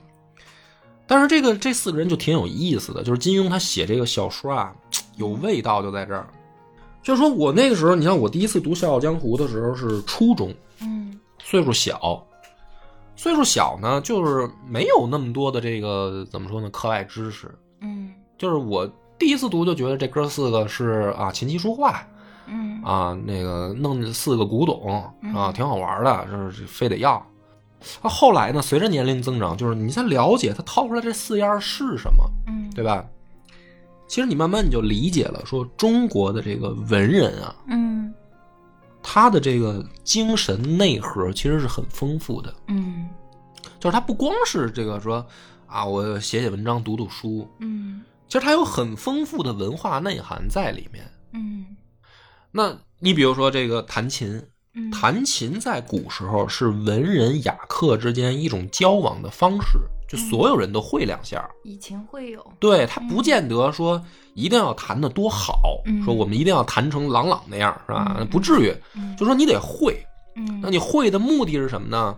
S1: 但是这个这四个人就挺有意思的，就是金庸他写这个小说啊，有味道就在这儿。就是说我那个时候，你看我第一次读《笑傲江湖》的时候是初中，
S2: 嗯
S1: 岁数小，岁数小呢，就是没有那么多的这个怎么说呢，课外知识。
S2: 嗯
S1: 就是我第一次读就觉得这哥四个是啊琴棋书画，
S2: 嗯
S1: 啊，那个弄四个古董啊，
S2: 嗯
S1: 挺好玩的，就是非得要。啊，后来呢，随着年龄增长，就是你才了解他掏出来这四样是什么，
S2: 嗯
S1: 对吧？其实你慢慢你就理解了，说中国的这个文人啊，
S2: 嗯
S1: 他的这个精神内核其实是很丰富的，
S2: 嗯
S1: 就是他不光是这个说啊，我写写文章、读读书，
S2: 嗯
S1: 其实他有很丰富的文化内涵在里面。
S2: 嗯
S1: 那你比如说这个弹琴，
S2: 嗯
S1: 弹琴在古时候是文人雅客之间一种交往的方式，就
S2: 嗯
S1: 所有人都会两下儿。
S2: 以情会友，
S1: 对他不见得说一定要弹得多好，
S2: 嗯
S1: 说我们一定要弹成郎朗那样，是吧
S2: 嗯？
S1: 不至于，
S2: 嗯
S1: 就说你得会。
S2: 嗯
S1: 那你会的目的是什么呢？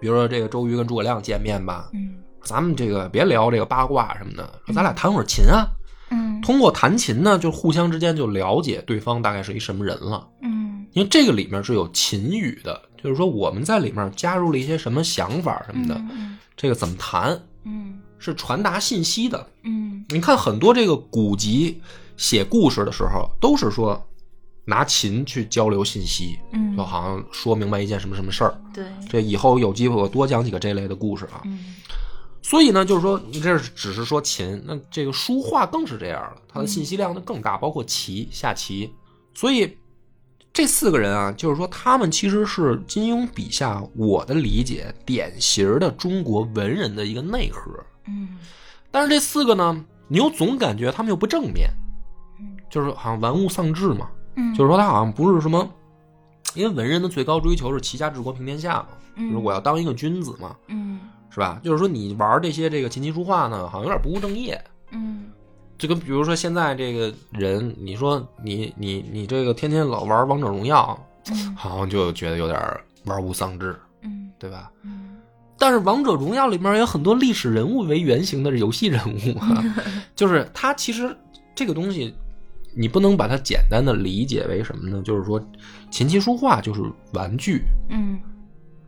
S1: 比如说这个周瑜跟诸葛亮见面吧，
S2: 嗯
S1: 咱们这个别聊这个八卦什么的，说咱俩弹会儿琴啊。
S2: 嗯
S1: 通过弹琴呢，就互相之间就了解对方大概是一什么人了。
S2: 嗯
S1: 因为这个里面是有秦语的，就是说我们在里面加入了一些什么想法什么的，
S2: 嗯
S1: 这个怎么谈
S2: 嗯
S1: 是传达信息的。
S2: 嗯
S1: 你看很多这个古籍写故事的时候，都是说拿琴去交流信息，
S2: 嗯
S1: 就好像说明白一件什么什么事儿。
S2: 对
S1: 这以后有机会我多讲几个这类的故事啊。
S2: 嗯
S1: 所以呢，就是说你这是只是说琴，那这个书画更是这样了，它的信息量就更大，包括棋、下棋。所以这四个人啊，就是说他们其实是金庸笔下我的理解典型的中国文人的一个内核。
S2: 嗯
S1: 但是这四个呢，你又总感觉他们又不正面
S2: 嗯，
S1: 就是好像玩物丧志嘛，
S2: 嗯，
S1: 就是说他好像不是什么，因为文人的最高追求是齐家治国平天下嘛，就是我要当一个君子嘛，
S2: 嗯
S1: 是吧？就是说你玩这些这个琴棋书画呢，好像有点不务正业。
S2: 嗯
S1: 就跟比如说现在这个人，你说你你你这个天天老玩王者荣耀，
S2: 嗯
S1: 好像就觉得有点玩物丧志，
S2: 嗯
S1: 对吧？
S2: 嗯
S1: 但是王者荣耀里面有很多历史人物为原型的游戏人物啊， 就是它其实这个东西，你不能把它简单的理解为什么呢？就是说，琴棋书画就是玩具，
S2: 嗯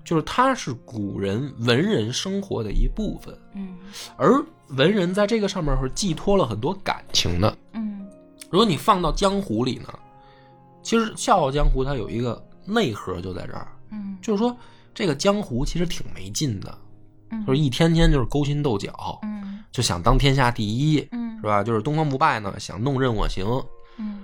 S1: 就是它是古人文人生活的一部分，
S2: 嗯
S1: 而文人在这个上面是寄托了很多感情的。
S2: 嗯
S1: 如果你放到江湖里呢，其实《笑傲江湖》它有一个内核就在这儿，
S2: 嗯，
S1: 就是说这个江湖其实挺没劲的，
S2: 嗯
S1: 就是一天天就是勾心斗角，
S2: 嗯
S1: 就想当天下第一，
S2: 嗯
S1: 是吧？就是东方不败呢想弄任我行，
S2: 嗯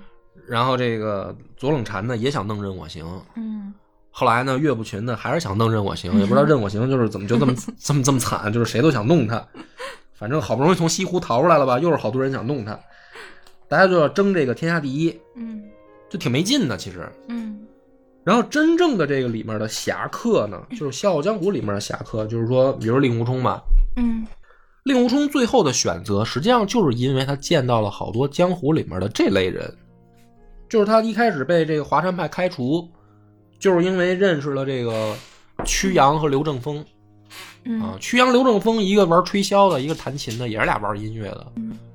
S1: 然后这个左冷禅呢也想弄任我行，
S2: 嗯
S1: 后来呢岳不群呢还是想弄任我行，也不知道任我行就是怎么就这么这么这么惨，就是谁都想弄他，反正好不容易从西湖逃出来了吧，又是好多人想弄他，大家就要争这个天下第一，
S2: 嗯
S1: 就挺没劲的其实。
S2: 嗯
S1: 然后真正的这个里面的侠客呢，就是《笑傲江湖》里面的侠客，就是说，比如令狐冲嘛，
S2: 嗯
S1: 令狐冲最后的选择，实际上就是因为他见到了好多江湖里面的这类人，就是他一开始被这个华山派开除，就是因为认识了这个曲阳和刘正风啊
S2: 嗯，。
S1: 曲阳、刘正风一个玩吹箫的，一个弹琴的，也是俩玩音乐的。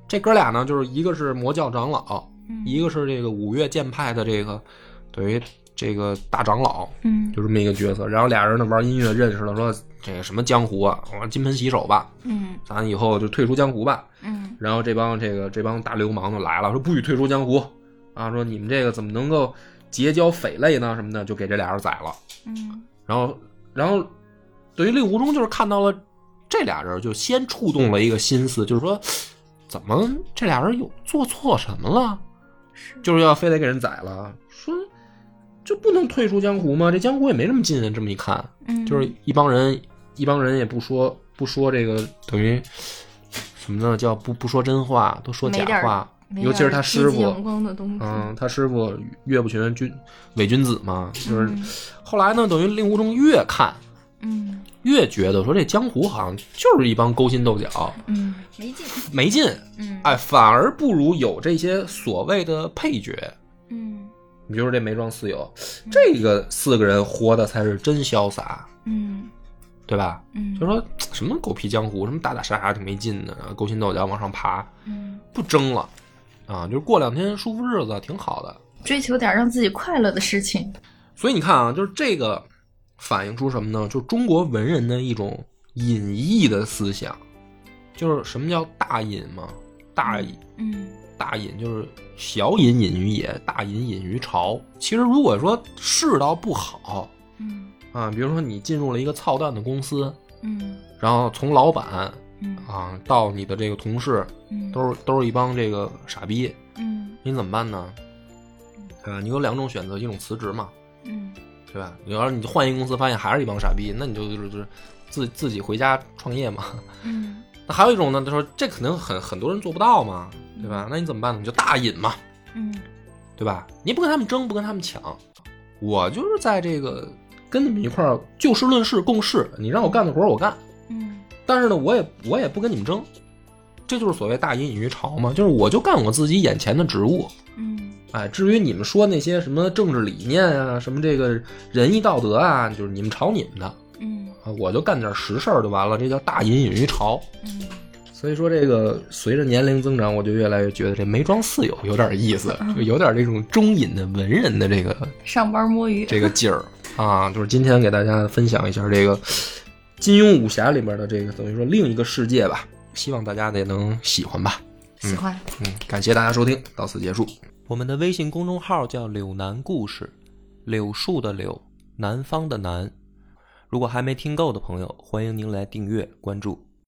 S1: 这哥俩呢，就是一个是魔教长老，
S2: 嗯
S1: 一个是这个五岳剑派的这个等于这个大长老，
S2: 嗯
S1: 就这么一个角色。然后俩人呢玩音乐认识了，说这个什么江湖啊，我说金盆洗手吧，
S2: 嗯
S1: 咱以后就退出江湖吧。
S2: 嗯
S1: 然后这帮这个这帮大流氓就来了，说不许退出江湖啊，说你们这个怎么能够结交匪类呢什么的，就给这俩人宰了。
S2: 嗯
S1: 然后然后对于令狐冲就是看到了这俩人，就先触动了一个心思，就是说怎么这俩人有做错什么了？
S2: 是
S1: 就是要非得给人宰了，说就不能退出江湖吗？这江湖也没什么劲啊！这么一看，
S2: 嗯
S1: 就是一帮人，一帮人也不说不说这个，等于什么呢？叫不不说真话，都说假
S2: 没点
S1: 话
S2: 儿。没
S1: 尤其是
S2: 点儿
S1: 他
S2: 积
S1: 师
S2: 极
S1: 傅
S2: 阳光的东西，
S1: 嗯，他师傅岳不群君伪君子嘛，就是
S2: 嗯
S1: 后来呢，等于令狐冲越看
S2: 嗯
S1: 越觉得说这江湖好像就是一帮勾心斗角，
S2: 嗯没劲，
S1: 没劲，
S2: 嗯
S1: 哎，反而不如有这些所谓的配角。
S2: 嗯
S1: 你比如说这梅庄四友，这个四个人活的才是真潇洒，
S2: 嗯
S1: 对吧？
S2: 嗯，
S1: 就说什么狗屁江湖，什么打打杀杀挺没劲的，勾心斗角往上爬，
S2: 嗯
S1: 不争了啊，就是过两天舒服日子挺好的。
S2: 追求点让自己快乐的事情，
S1: 所以你看啊，就是这个反映出什么呢？就是中国文人的一种隐逸的思想，就是什么叫大隐嘛？大隐
S2: 嗯
S1: 大隐就是小隐隐于野，大隐隐于朝。其实如果说世道不好
S2: 嗯
S1: 啊，比如说你进入了一个操蛋的公司，
S2: 嗯
S1: 然后从老板
S2: 嗯
S1: 啊到你的这个同事，
S2: 嗯，
S1: 都是都是一帮这个傻逼，
S2: 嗯
S1: 你怎么办呢？对吧？你有两种选择，一种辞职嘛，
S2: 嗯
S1: 对吧？你要是你换一个公司发现还是一帮傻逼，那你就就是就是自自己回家创业嘛。
S2: 嗯
S1: 那还有一种呢，他说这可能很很多人做不到嘛，对吧？那你怎么办呢？你就大隐嘛，
S2: 嗯
S1: 对吧？你不跟他们争，不跟他们抢，我就是在这个跟你们一块儿就事论事共事，你让我干的活儿我干，
S2: 嗯
S1: 但是呢，我也我也不跟你们争，这就是所谓大隐隐于朝嘛，就是我就干我自己眼前的职务。
S2: 嗯
S1: 哎，至于你们说那些什么政治理念啊，什么这个仁义道德啊，就是你们吵你们的
S2: 嗯
S1: 啊，我就干点实事儿就完了，这叫大隐隐于朝。
S2: 嗯，
S1: 所以说，这个随着年龄增长，我就越来越觉得这梅庄四友有点意思，就有点这种中隐的文人的这个
S2: 上班摸鱼，
S1: 这个劲儿啊，就是今天给大家分享一下这个金庸武侠里面的这个等于说另一个世界吧，希望大家也能喜欢吧。
S2: 喜欢，
S1: 嗯，感谢大家收听，到此结束。我们的微信公众号叫“柳南故事”，柳树的柳，南方的南。如果还没听够的朋友，欢迎您来订阅关注。